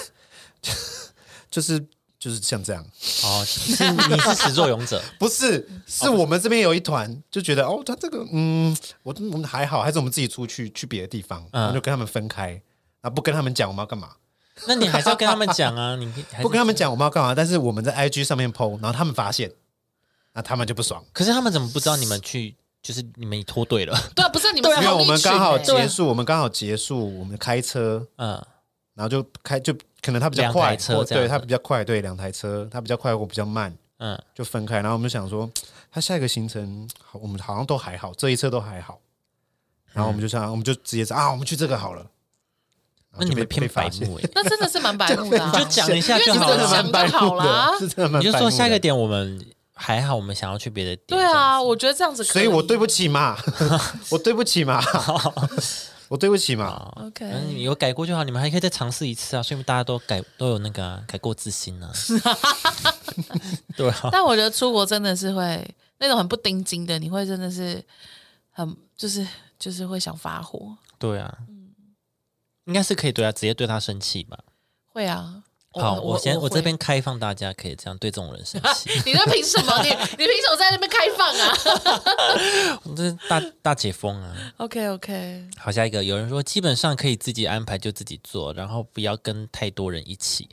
Speaker 2: 就是就是像这样，
Speaker 1: 哦，是你是始作俑
Speaker 2: *laughs*
Speaker 1: 者，
Speaker 2: 哦不是是我们这边有一团就觉得哦，嗯他这个嗯，我我们还好，还是我们自己出去去别的地方，然后就跟他们分开，然啊，不跟他们讲我们要干嘛，
Speaker 1: 那你还是要跟他们讲啊，你还是
Speaker 2: 不跟他们讲我们要干嘛，但是我们在 IG 上面 PO，然后他们发现，那他们就不爽。
Speaker 1: 可是他们怎么不知道你们去，就是你们脱队了？
Speaker 3: 对啊，不是你们
Speaker 2: 因
Speaker 3: 是
Speaker 2: 为
Speaker 3: 同
Speaker 2: 我
Speaker 3: 一
Speaker 2: 们
Speaker 3: 群
Speaker 2: 刚好
Speaker 3: 欸
Speaker 2: 结束，我们刚好结束，我们开车，
Speaker 1: 嗯，
Speaker 2: 然后就开就可能他比较
Speaker 1: 两
Speaker 2: 快，
Speaker 1: 台车
Speaker 2: 或
Speaker 1: 这样
Speaker 2: 对他
Speaker 1: 子
Speaker 2: 比较快，对两台车，他比较快，我比较慢，
Speaker 1: 嗯，
Speaker 2: 就分开。然后我们就想说，他下一个行程，好我们好像都还好，这一车都还好。然后我们就想，我们就直接说啊，我们去这个好了。
Speaker 1: 那你
Speaker 2: 然后就被
Speaker 1: 们偏
Speaker 2: 被
Speaker 1: 白
Speaker 2: 发现
Speaker 1: 目哎，
Speaker 3: 那真的是蛮白目的、啊。
Speaker 1: 你就讲一下就好
Speaker 3: 因为你真的
Speaker 1: 了
Speaker 3: 想。就好啦
Speaker 2: 是真的蛮白目的
Speaker 1: 你就说下一个，点我们还好，我们想要去别的点。
Speaker 3: 对啊，我觉得这样子可以，
Speaker 2: 所以我对不
Speaker 1: *laughs*
Speaker 2: 起嘛，我对不起嘛，我对不起嘛。
Speaker 1: 这样子，嗯，
Speaker 3: OK。
Speaker 1: 有改过就好，你们还可以再尝试一次啊，说明大家都改都有那个啊改过自新
Speaker 3: *laughs*
Speaker 1: 啊。 *laughs* 对啊，
Speaker 3: 但我觉得出国真的是会那种很不盯紧的，你会真的是很就是就是会想发火，
Speaker 1: 对啊，应该是可以对啊，直接对他生气吧。
Speaker 3: 会啊。
Speaker 1: 好，我先我
Speaker 3: 会
Speaker 1: 这边开放，大家可以这样对这种人生
Speaker 3: *laughs*
Speaker 1: 气。
Speaker 3: 你在凭
Speaker 1: *laughs*
Speaker 3: 什么？你你凭什么在那边开放啊
Speaker 1: 我这是大大解封啊！
Speaker 3: ？OK OK，
Speaker 1: 好，下一个有人说，基本上可以自己安排就自己做，然后不要跟太多人一起。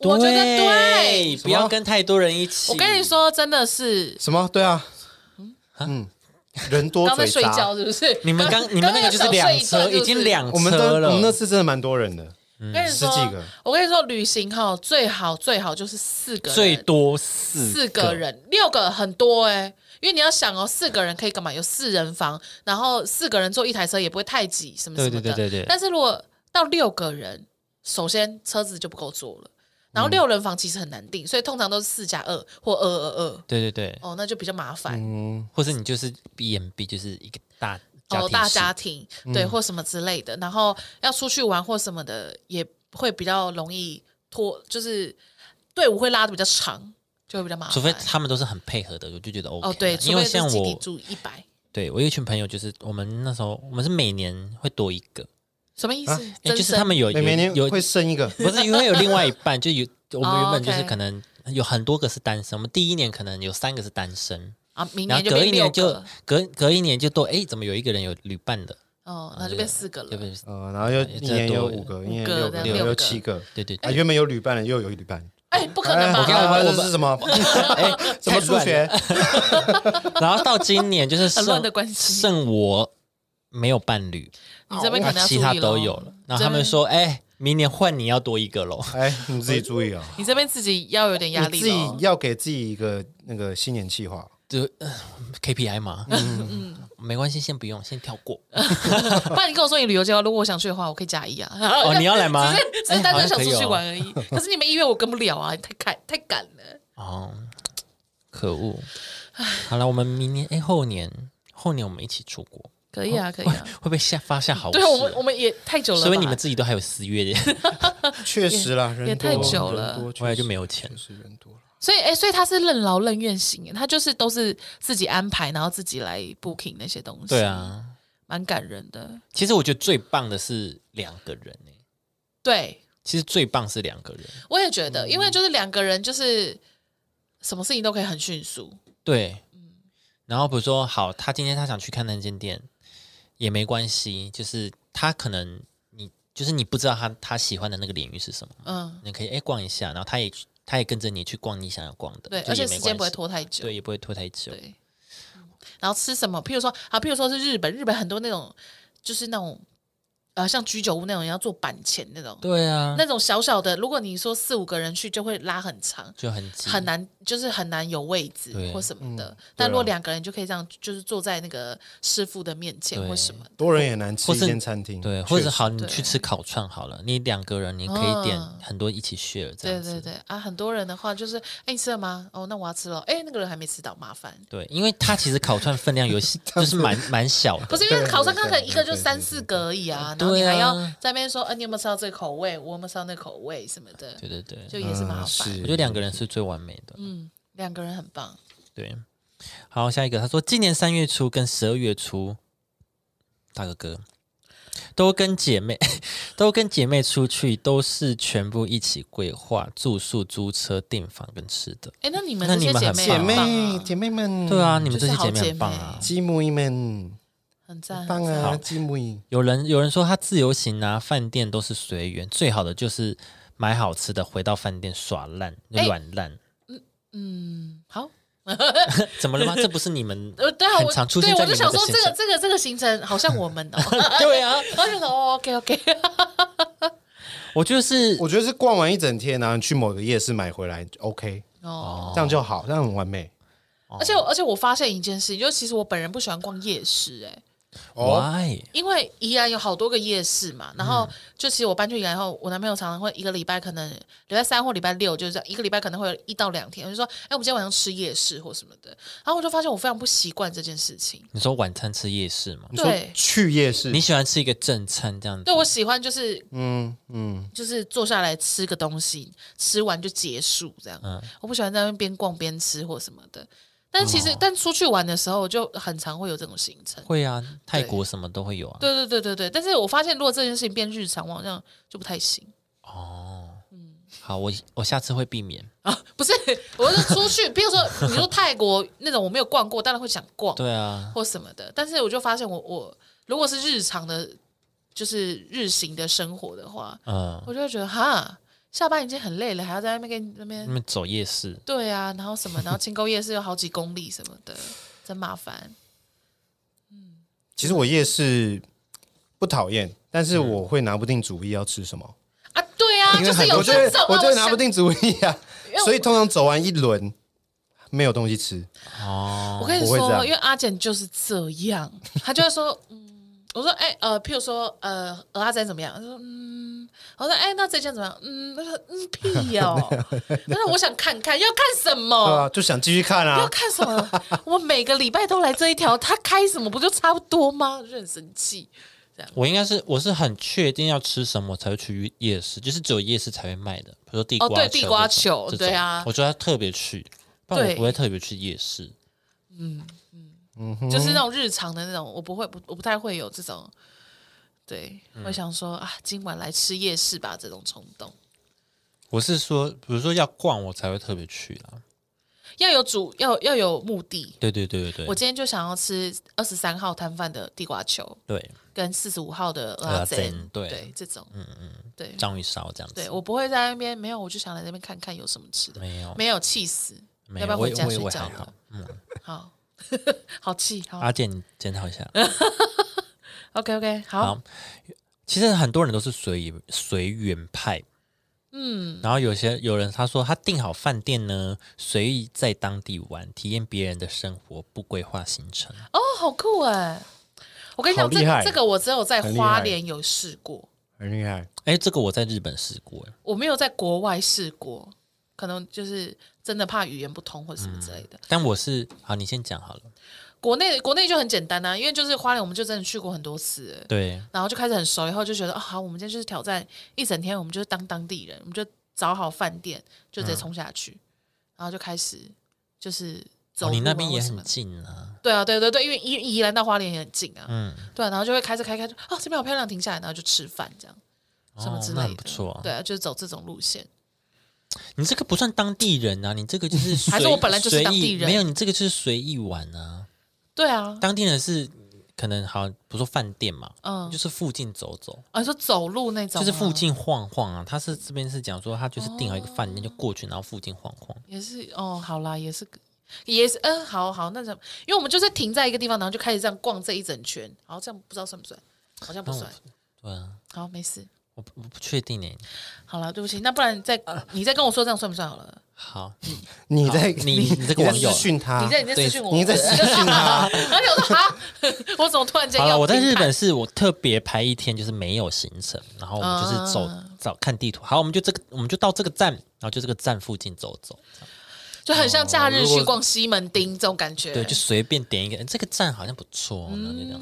Speaker 3: 我觉得对
Speaker 1: 对，不要跟太多人一起。
Speaker 3: *laughs* 我跟你，说，真的是
Speaker 2: 什么？对啊，嗯，人多
Speaker 3: 刚在
Speaker 2: 嘴
Speaker 3: 睡
Speaker 2: 杂。
Speaker 3: 觉是不是？
Speaker 1: 你们刚你们那个就是两车，已经两
Speaker 2: 我们的
Speaker 1: 哦车
Speaker 2: 我们那
Speaker 1: 了。
Speaker 2: 次真的蛮多人的，
Speaker 3: 我跟你
Speaker 2: 十
Speaker 3: 说
Speaker 2: 几个，
Speaker 3: 我跟你说，旅行哈最好最好就是四个人
Speaker 1: 最多四
Speaker 3: 四个，人，六个很多哎、因为你要想哦，四个人可以干嘛？有四人房，然后四个人坐一台车也不会太挤，什么什
Speaker 1: 对
Speaker 3: 么
Speaker 1: 对
Speaker 3: 的。
Speaker 1: 对对对
Speaker 3: 但是如果到六个人，首先车子就不够坐了，
Speaker 1: 嗯
Speaker 3: 然后六人房其实很难订，所以通常都是四加二或二二二。
Speaker 1: 对对对，
Speaker 3: 哦，那就比较麻烦、
Speaker 2: 嗯，
Speaker 1: 或是你就是闭眼闭，就是一个大家
Speaker 3: 哦，
Speaker 1: 庭嗯
Speaker 3: 大
Speaker 1: 式
Speaker 3: 家庭对、或什么之类的，然后要出去玩或什么的，也会比较容易拖，就是队伍会拉的比较长，就会比较麻烦。
Speaker 1: 除非他们都是很配合的，我就觉得 OK 啦。
Speaker 3: 哦对，除
Speaker 1: 因
Speaker 3: 非
Speaker 1: 为
Speaker 3: 是
Speaker 1: 像
Speaker 3: 集体
Speaker 1: 我，
Speaker 3: 住一百，
Speaker 1: 对我有一群朋友，就是我们那时候我们是每年会多一个，
Speaker 3: 什么意思？
Speaker 2: 啊
Speaker 1: 哎
Speaker 3: 真
Speaker 1: 就是
Speaker 3: 生
Speaker 1: 他们有
Speaker 2: 每年
Speaker 1: 有有
Speaker 2: 会生
Speaker 1: *laughs*
Speaker 2: 一个，
Speaker 1: 不是因为有另外一半，就有我们原本就
Speaker 3: 哦
Speaker 1: 是
Speaker 3: ，OK
Speaker 1: 可能有很多个是单身，我们第一年可能有三个是单身，
Speaker 3: 啊，明
Speaker 1: 然后
Speaker 3: 年就
Speaker 1: 隔
Speaker 3: 变
Speaker 1: 一
Speaker 3: 六
Speaker 1: 年就
Speaker 3: 个，
Speaker 1: 隔隔一年就都哎，怎么有一个人有旅伴的？
Speaker 3: 哦，那就变四个
Speaker 1: 啊对不
Speaker 3: 了。
Speaker 1: 对？
Speaker 2: 呃，然后
Speaker 1: 哎
Speaker 2: 又一年有五个，一年有六个，
Speaker 3: 五个这样
Speaker 2: 有
Speaker 3: 六个
Speaker 2: 七个，
Speaker 1: 对对
Speaker 2: 啊，
Speaker 1: 对，
Speaker 2: 原本有旅伴的，又有旅伴，
Speaker 3: 哎，不可能
Speaker 2: 哎
Speaker 3: 吧？
Speaker 2: 我看
Speaker 1: 我们
Speaker 2: 这
Speaker 1: 我们
Speaker 2: 是什么？
Speaker 1: 哎，
Speaker 2: 什么
Speaker 1: 太
Speaker 2: 数
Speaker 1: 乱了？
Speaker 2: 学？
Speaker 1: 然后到今年就是
Speaker 3: 很乱
Speaker 1: 剩
Speaker 3: 的关系
Speaker 1: 剩我没有伴侣，
Speaker 3: 你这边可能要
Speaker 1: 其他
Speaker 3: 注意咯
Speaker 1: 都有了。然后他
Speaker 3: 这
Speaker 1: 们
Speaker 3: 边
Speaker 1: 说，哎，明年换你要多一个喽。
Speaker 2: *laughs* 哎，你自己注意哦，
Speaker 3: 你这边自己要有点 *laughs* 压
Speaker 2: 你
Speaker 3: 力
Speaker 2: 自己
Speaker 3: 咯
Speaker 2: 要给自己一个那个新年计划。
Speaker 1: 就呃 KPI 嘛，嗯
Speaker 3: 嗯
Speaker 1: 没关系，先不用，先跳过。
Speaker 3: *laughs* 不然你跟我说你旅游计划，如果我想去的话，我可以加一啊。 *laughs*
Speaker 1: 哦，你要来吗？
Speaker 3: 只
Speaker 1: 哎
Speaker 3: 是单
Speaker 1: 好
Speaker 3: 纯
Speaker 1: 像
Speaker 3: 想
Speaker 1: 可以
Speaker 3: 出去
Speaker 1: 哦
Speaker 3: 玩
Speaker 1: *laughs*
Speaker 3: 而已。可是你们一月我跟不了啊，太赶太赶了。
Speaker 1: 哦，可恶！好了，我们明年哎后年后年我们一起出国，
Speaker 3: 可以啊，可以啊。
Speaker 1: 会不会下发下哦好事
Speaker 3: *laughs* 对
Speaker 1: 啊？
Speaker 3: 啊，我们我们也太久了吧，
Speaker 1: 所以你们自己都还有私 *laughs* 约的，
Speaker 2: 确实啦，人
Speaker 3: 也
Speaker 2: 多
Speaker 3: 太久了
Speaker 2: 人多
Speaker 1: 后来就没有钱
Speaker 2: 确实人多了。
Speaker 3: 所以哎，所以他是任劳任怨型耶，他就是都是自己安排，然后自己来 booking 那些东西。
Speaker 1: 对，啊，
Speaker 3: 蛮感人的。
Speaker 1: 其实我觉得最棒的是两个人哎、
Speaker 3: 对，
Speaker 1: 其实最棒是两个人，
Speaker 3: 我也觉
Speaker 1: 嗯
Speaker 3: 得，因为就是两个人，就是什么事情都可以很迅速。
Speaker 1: 对，然后比如说好，他今天他想去看那间店也没关系，就是他可能你就是你不知道他他喜欢的那个领域是什么，
Speaker 3: 嗯，
Speaker 1: 你可以哎逛一下，然后他也他也跟着你去逛你想要逛的，
Speaker 3: 对，
Speaker 1: 就
Speaker 3: 而
Speaker 1: 也
Speaker 3: 且
Speaker 1: 没
Speaker 3: 时间
Speaker 1: 关
Speaker 3: 不会
Speaker 1: 系
Speaker 3: 拖太久。
Speaker 1: 对，也不会拖太久
Speaker 3: 对。嗯然后吃什么？譬如说啊，譬如说是日本，日本很多那种就是那种呃，像居酒屋那种要做板前那种，
Speaker 1: 对啊，
Speaker 3: 那种小小的，如果你说四五个人去，就会拉很长。
Speaker 1: 就很挤，
Speaker 3: 很难，就是很难有位置
Speaker 1: 对
Speaker 3: 或什么的。
Speaker 2: 对
Speaker 3: 但
Speaker 2: 啊
Speaker 3: 如果两个人就可以这样，就是坐在那个师傅的面前
Speaker 1: 对
Speaker 3: 或什么的。
Speaker 2: 多人也难吃
Speaker 1: 或
Speaker 2: 一
Speaker 1: 是
Speaker 2: 间餐厅，
Speaker 1: 对，或
Speaker 2: 确
Speaker 1: 者
Speaker 3: *laughs*
Speaker 2: 实
Speaker 1: 好，你
Speaker 3: 对
Speaker 1: 去吃烤串好了，你两个人你可以点
Speaker 3: 嗯
Speaker 1: 很多一起 share 这
Speaker 3: 对
Speaker 1: 样子。
Speaker 3: 对对啊，很多人的话就是，哎，你吃了吗？哦，那我要吃了。哎，那个人还没吃到，麻烦。
Speaker 1: 对因为它其实烤串分量有就是蛮蛮小
Speaker 3: 不
Speaker 1: 的，
Speaker 3: 是因为
Speaker 2: 对
Speaker 3: 烤串，
Speaker 2: 对
Speaker 3: 它可能一个就
Speaker 2: 对对
Speaker 3: 三
Speaker 2: 对
Speaker 3: 四个而已啊，然
Speaker 1: 对
Speaker 3: 后你还要
Speaker 1: 啊
Speaker 3: 在那边说，呃，你有没有吃到这个口味？我有没有吃到那个口味什么的，
Speaker 1: 对对对，
Speaker 3: 就也是麻
Speaker 2: 嗯
Speaker 3: 烦。
Speaker 1: 我觉得两个人是最完美的。
Speaker 3: 嗯，两个人很棒。
Speaker 1: 对，好，下一个他说今年三月初跟十二月初，大哥哥都跟姐妹 *laughs* 都跟姐妹出去，都是全部一起规划住宿、租车、订房跟吃的。
Speaker 3: 哎，那你们
Speaker 1: 那
Speaker 3: 这
Speaker 1: 你
Speaker 3: 些
Speaker 1: 们
Speaker 3: 姐
Speaker 1: 很
Speaker 3: 妹
Speaker 2: 姐
Speaker 1: 棒
Speaker 3: 很棒啊
Speaker 2: 妹姐妹们，
Speaker 1: 对啊，你们这
Speaker 3: 就
Speaker 1: 些
Speaker 3: 是好
Speaker 1: 姐妹
Speaker 3: 姐
Speaker 1: 很棒
Speaker 3: 妹
Speaker 1: 啊！
Speaker 2: 鸡母一们，
Speaker 3: 很赞，
Speaker 2: 棒
Speaker 3: 很赞
Speaker 2: 啊，吉姆影
Speaker 1: 有人有人说他自由行啊，饭店都是随缘，最好的就是买好吃的回到饭店耍烂
Speaker 3: 哎
Speaker 1: 软烂，
Speaker 3: 嗯，好，
Speaker 1: 怎
Speaker 3: *laughs*
Speaker 1: 么了吗？这不是你们
Speaker 3: 呃，对啊，
Speaker 1: 很
Speaker 3: 我
Speaker 1: 常出
Speaker 3: 对
Speaker 1: 现在
Speaker 3: 我
Speaker 1: 你
Speaker 3: 就
Speaker 1: 们
Speaker 3: 想
Speaker 1: 的
Speaker 3: 说
Speaker 1: 行
Speaker 3: 这个
Speaker 1: 程
Speaker 3: 这个这个行程好像我们哦，
Speaker 1: *laughs* 对啊，
Speaker 3: *laughs* 我就想说哦 OK OK，
Speaker 1: 我就是
Speaker 2: 我觉得是逛完一整天，然后你去某个夜市买回来就，OK，
Speaker 3: 哦，
Speaker 2: 这样就好，这样很完美。
Speaker 1: 哦
Speaker 3: 而且而且我发现一件事情，就其实我本人不喜欢逛夜市、哎，
Speaker 2: 哦，
Speaker 1: why
Speaker 3: 因为宜兰有好多个夜市嘛，然后就其实我搬去宜兰后，我男朋友常常会一个礼拜可能礼拜三或礼拜六就是这样，一个礼拜可能会有一到两天，我就说，哎、我们今天晚上吃夜市或什么的，然后我就发现我非常不习惯这件事情。
Speaker 1: 你说晚餐吃夜市吗？
Speaker 2: 你说
Speaker 3: 对
Speaker 2: 去夜市
Speaker 1: 你，喜欢吃一个正餐这样子
Speaker 3: 对，我喜欢就是
Speaker 2: 嗯嗯，
Speaker 3: 就是坐下来吃个东西，吃完就结束这样。我不喜欢在那边边逛边吃或什么的。但其实，但出去玩的时候，我就很常会有这种行程。
Speaker 1: 会啊，泰国什么都会有啊。
Speaker 3: 对对对对对，但是我发现，如果这件事情变日常，我好像就不太行
Speaker 1: 好，我我下次会避免。
Speaker 3: 啊。不是， *laughs* 我是出去，比如说你说泰国那种我没有逛过，当然会想逛
Speaker 1: 对啊，
Speaker 3: 或什么的。但是我就发现我，我如果是日常的，就是日行的生活的话，
Speaker 1: 嗯，
Speaker 3: 我就会觉得哈，下班已经很累了，还要在那边跟你那边
Speaker 2: 嗯
Speaker 1: 那么走夜市，
Speaker 3: 对啊，然后什
Speaker 2: *laughs*
Speaker 3: 么，然后清沟夜市有好几公里什么的，真麻烦。
Speaker 2: 其实我夜市不讨厌，但是
Speaker 1: 嗯
Speaker 2: 我会拿不定主意要吃什么，
Speaker 3: 啊，对啊，
Speaker 2: 因
Speaker 3: 就
Speaker 2: 为
Speaker 3: 是
Speaker 2: 很
Speaker 3: 有
Speaker 2: 多就
Speaker 3: 这
Speaker 2: 会
Speaker 3: 种啊，
Speaker 2: 我就会拿
Speaker 3: 想
Speaker 2: 不。定主意啊
Speaker 3: 因为，我
Speaker 2: 所以通常走完一轮没有东西吃，
Speaker 1: 哦，
Speaker 3: 我跟你
Speaker 2: 我会这
Speaker 3: 说，
Speaker 2: 样
Speaker 3: 因为阿简就是这
Speaker 2: *laughs*
Speaker 3: 样，他就会说，嗯，我说，哎、呃，譬如说，呃，鹅阿仔怎么样？他说，嗯，我说，哎、那这件怎么样？嗯，他说，嗯，
Speaker 2: *laughs*
Speaker 3: 屁哦，他说我想看看，要看什
Speaker 2: 对
Speaker 3: 么？
Speaker 2: 啊，就想继续看
Speaker 3: 要
Speaker 2: 啊。
Speaker 3: 看什么？
Speaker 2: *laughs*
Speaker 3: 我每个礼拜都来这一条，他开什么不就差不多吗？就很生气。
Speaker 1: 我应该是我是很确定要吃什么才会去夜市，就是只有夜市才会卖的，比如说地瓜球这
Speaker 3: 哦对
Speaker 1: 种、
Speaker 3: 地瓜球
Speaker 1: 这种
Speaker 3: 对啊
Speaker 1: 我觉得要特别去，不然我
Speaker 3: 对
Speaker 1: 不会特别去夜市。
Speaker 2: 嗯
Speaker 3: 就是那种日常的那种，我不会不我不太会有这种，对，
Speaker 2: 嗯
Speaker 3: 会想说啊，今晚来吃夜市吧这种冲动，
Speaker 1: 我是说，比如说要逛，我才会特别去啦。
Speaker 3: 要有主要要有目的。
Speaker 1: 对对对对
Speaker 3: 我
Speaker 1: 对，
Speaker 3: 今天就想要吃二十三号摊贩的地瓜球，
Speaker 1: 对
Speaker 3: 跟四十五号的
Speaker 1: 蚵
Speaker 3: 蚵
Speaker 1: 仔
Speaker 3: 仔
Speaker 1: 煎对
Speaker 3: 对这种，嗯嗯，对
Speaker 1: 章鱼烧这样
Speaker 3: 对，
Speaker 1: 子。
Speaker 3: 我不会在那边没有，我就想来这边看看有什么吃的，
Speaker 1: 没有
Speaker 3: 没有气死，
Speaker 1: 没
Speaker 3: 要不
Speaker 1: 有，
Speaker 3: 要
Speaker 1: 我
Speaker 3: 回
Speaker 1: 也
Speaker 3: 家
Speaker 1: 我也
Speaker 3: 睡
Speaker 1: 我也
Speaker 3: 觉
Speaker 1: 还好嗯啊
Speaker 3: 了。？好， *laughs* 好气，好
Speaker 1: 阿健，你检讨一下。
Speaker 3: ，OK OK，
Speaker 1: 好
Speaker 3: 好，哦
Speaker 1: 其实很多人都是随缘随缘派，嗯，然后有些有人他说他订好饭店呢，随意在当地玩，体验别人的生活，不规划行程。
Speaker 3: 哦，好酷哎！我跟你讲，
Speaker 2: 好
Speaker 3: 这
Speaker 2: 厉害
Speaker 3: 这个我只有在
Speaker 2: 很厉
Speaker 3: 花
Speaker 2: 害
Speaker 3: 莲有试过，
Speaker 2: 很厉害，
Speaker 1: 哎，这个我在日本试过，哎
Speaker 3: 我没有在国外试过，可能就是真的怕语言不通或者什
Speaker 1: 嗯
Speaker 3: 么之类的。
Speaker 1: 但我是好，你先讲好了。
Speaker 3: 国内国内就很简单啊，因为就是花莲，我们就真的去过很多次了，
Speaker 1: 对，
Speaker 3: 然后就开始很熟，以后就觉得啊、好，我们今天就是挑战一整天，我们就是当当地人，我们就找好饭店，就直接冲下去，然后就开始就是
Speaker 1: 嗯
Speaker 3: 走、啊
Speaker 1: 哦，你那边也很。近啊，
Speaker 3: 对啊，对对对，因为宜宜兰到花莲也很近啊，
Speaker 1: 嗯，
Speaker 3: 对啊，然后就会开车开开，就哦这边好漂亮，停下来，然后就吃饭这样，什么
Speaker 1: 哦
Speaker 3: 之类
Speaker 1: 那
Speaker 3: 的，
Speaker 1: 很不错啊
Speaker 3: 对啊，就是走这种路线。
Speaker 1: 你这个不算当地人啊，你这个就是随
Speaker 3: *laughs* 还是我本来就是
Speaker 1: 随意
Speaker 3: 当地人
Speaker 1: 没有，你这个就是随意玩啊。
Speaker 3: 对啊，
Speaker 1: 当地人是可能好，比如说饭店嘛，
Speaker 3: 嗯
Speaker 1: 就是附近走走，
Speaker 3: 啊，你说走路那种
Speaker 1: 就
Speaker 3: 吗，
Speaker 1: 是附近晃晃啊。他是这边是讲说，他就是订好一个饭店就过去，然后附近晃晃。
Speaker 3: 也是哦，好啦，也是个，也是，嗯，好好，那怎么？因为我们就是停在一个地方，然后就开始这样逛这一整圈，然后这样不知道算不算，好像不算。
Speaker 1: 对啊，
Speaker 3: 好，没事，
Speaker 1: 我不我不确定哎。
Speaker 3: 好了，对不起，那不然你再你再跟我说这样算不算好了？
Speaker 1: 好，
Speaker 2: 你在
Speaker 1: 好你你这个网友
Speaker 2: 你在私讯他，
Speaker 3: 你在你在私讯我，
Speaker 2: 啊你在私讯
Speaker 3: *laughs*
Speaker 2: 他，
Speaker 3: 而且我说啊，我怎么突然间
Speaker 1: 好
Speaker 3: 要？
Speaker 1: 了，我在日本，是我特别排一天，就是没有行程，然后我们就是走、
Speaker 3: 啊
Speaker 1: 找看地图。好，我们就这个，我们就到这个站，然后就这个站附近走走，
Speaker 3: 就很像假日
Speaker 2: 哦如果
Speaker 3: 去逛西门町这种感觉，
Speaker 1: 对，就随便点一个，诶这个站好像不错、
Speaker 3: 嗯
Speaker 1: 哦，然后就这样。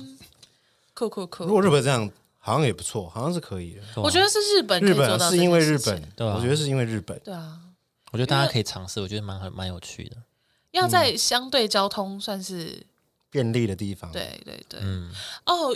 Speaker 3: 酷酷
Speaker 2: 如果
Speaker 3: 酷。
Speaker 2: 日本这样，好像也不错，好像是可以的。
Speaker 3: 我觉得是日本可以
Speaker 2: 日
Speaker 3: 做
Speaker 2: 本
Speaker 3: 到
Speaker 2: 啊
Speaker 3: 这件事情，
Speaker 2: 是因为日本，
Speaker 1: 对啊
Speaker 2: 我觉得是因为日本。
Speaker 3: 对啊，
Speaker 1: 我觉得大家可以尝试，我觉得蛮很蛮有趣的。
Speaker 3: 要在相对交通算是
Speaker 2: 便利的地方。，
Speaker 3: 对对对，
Speaker 1: 嗯，
Speaker 3: 哦，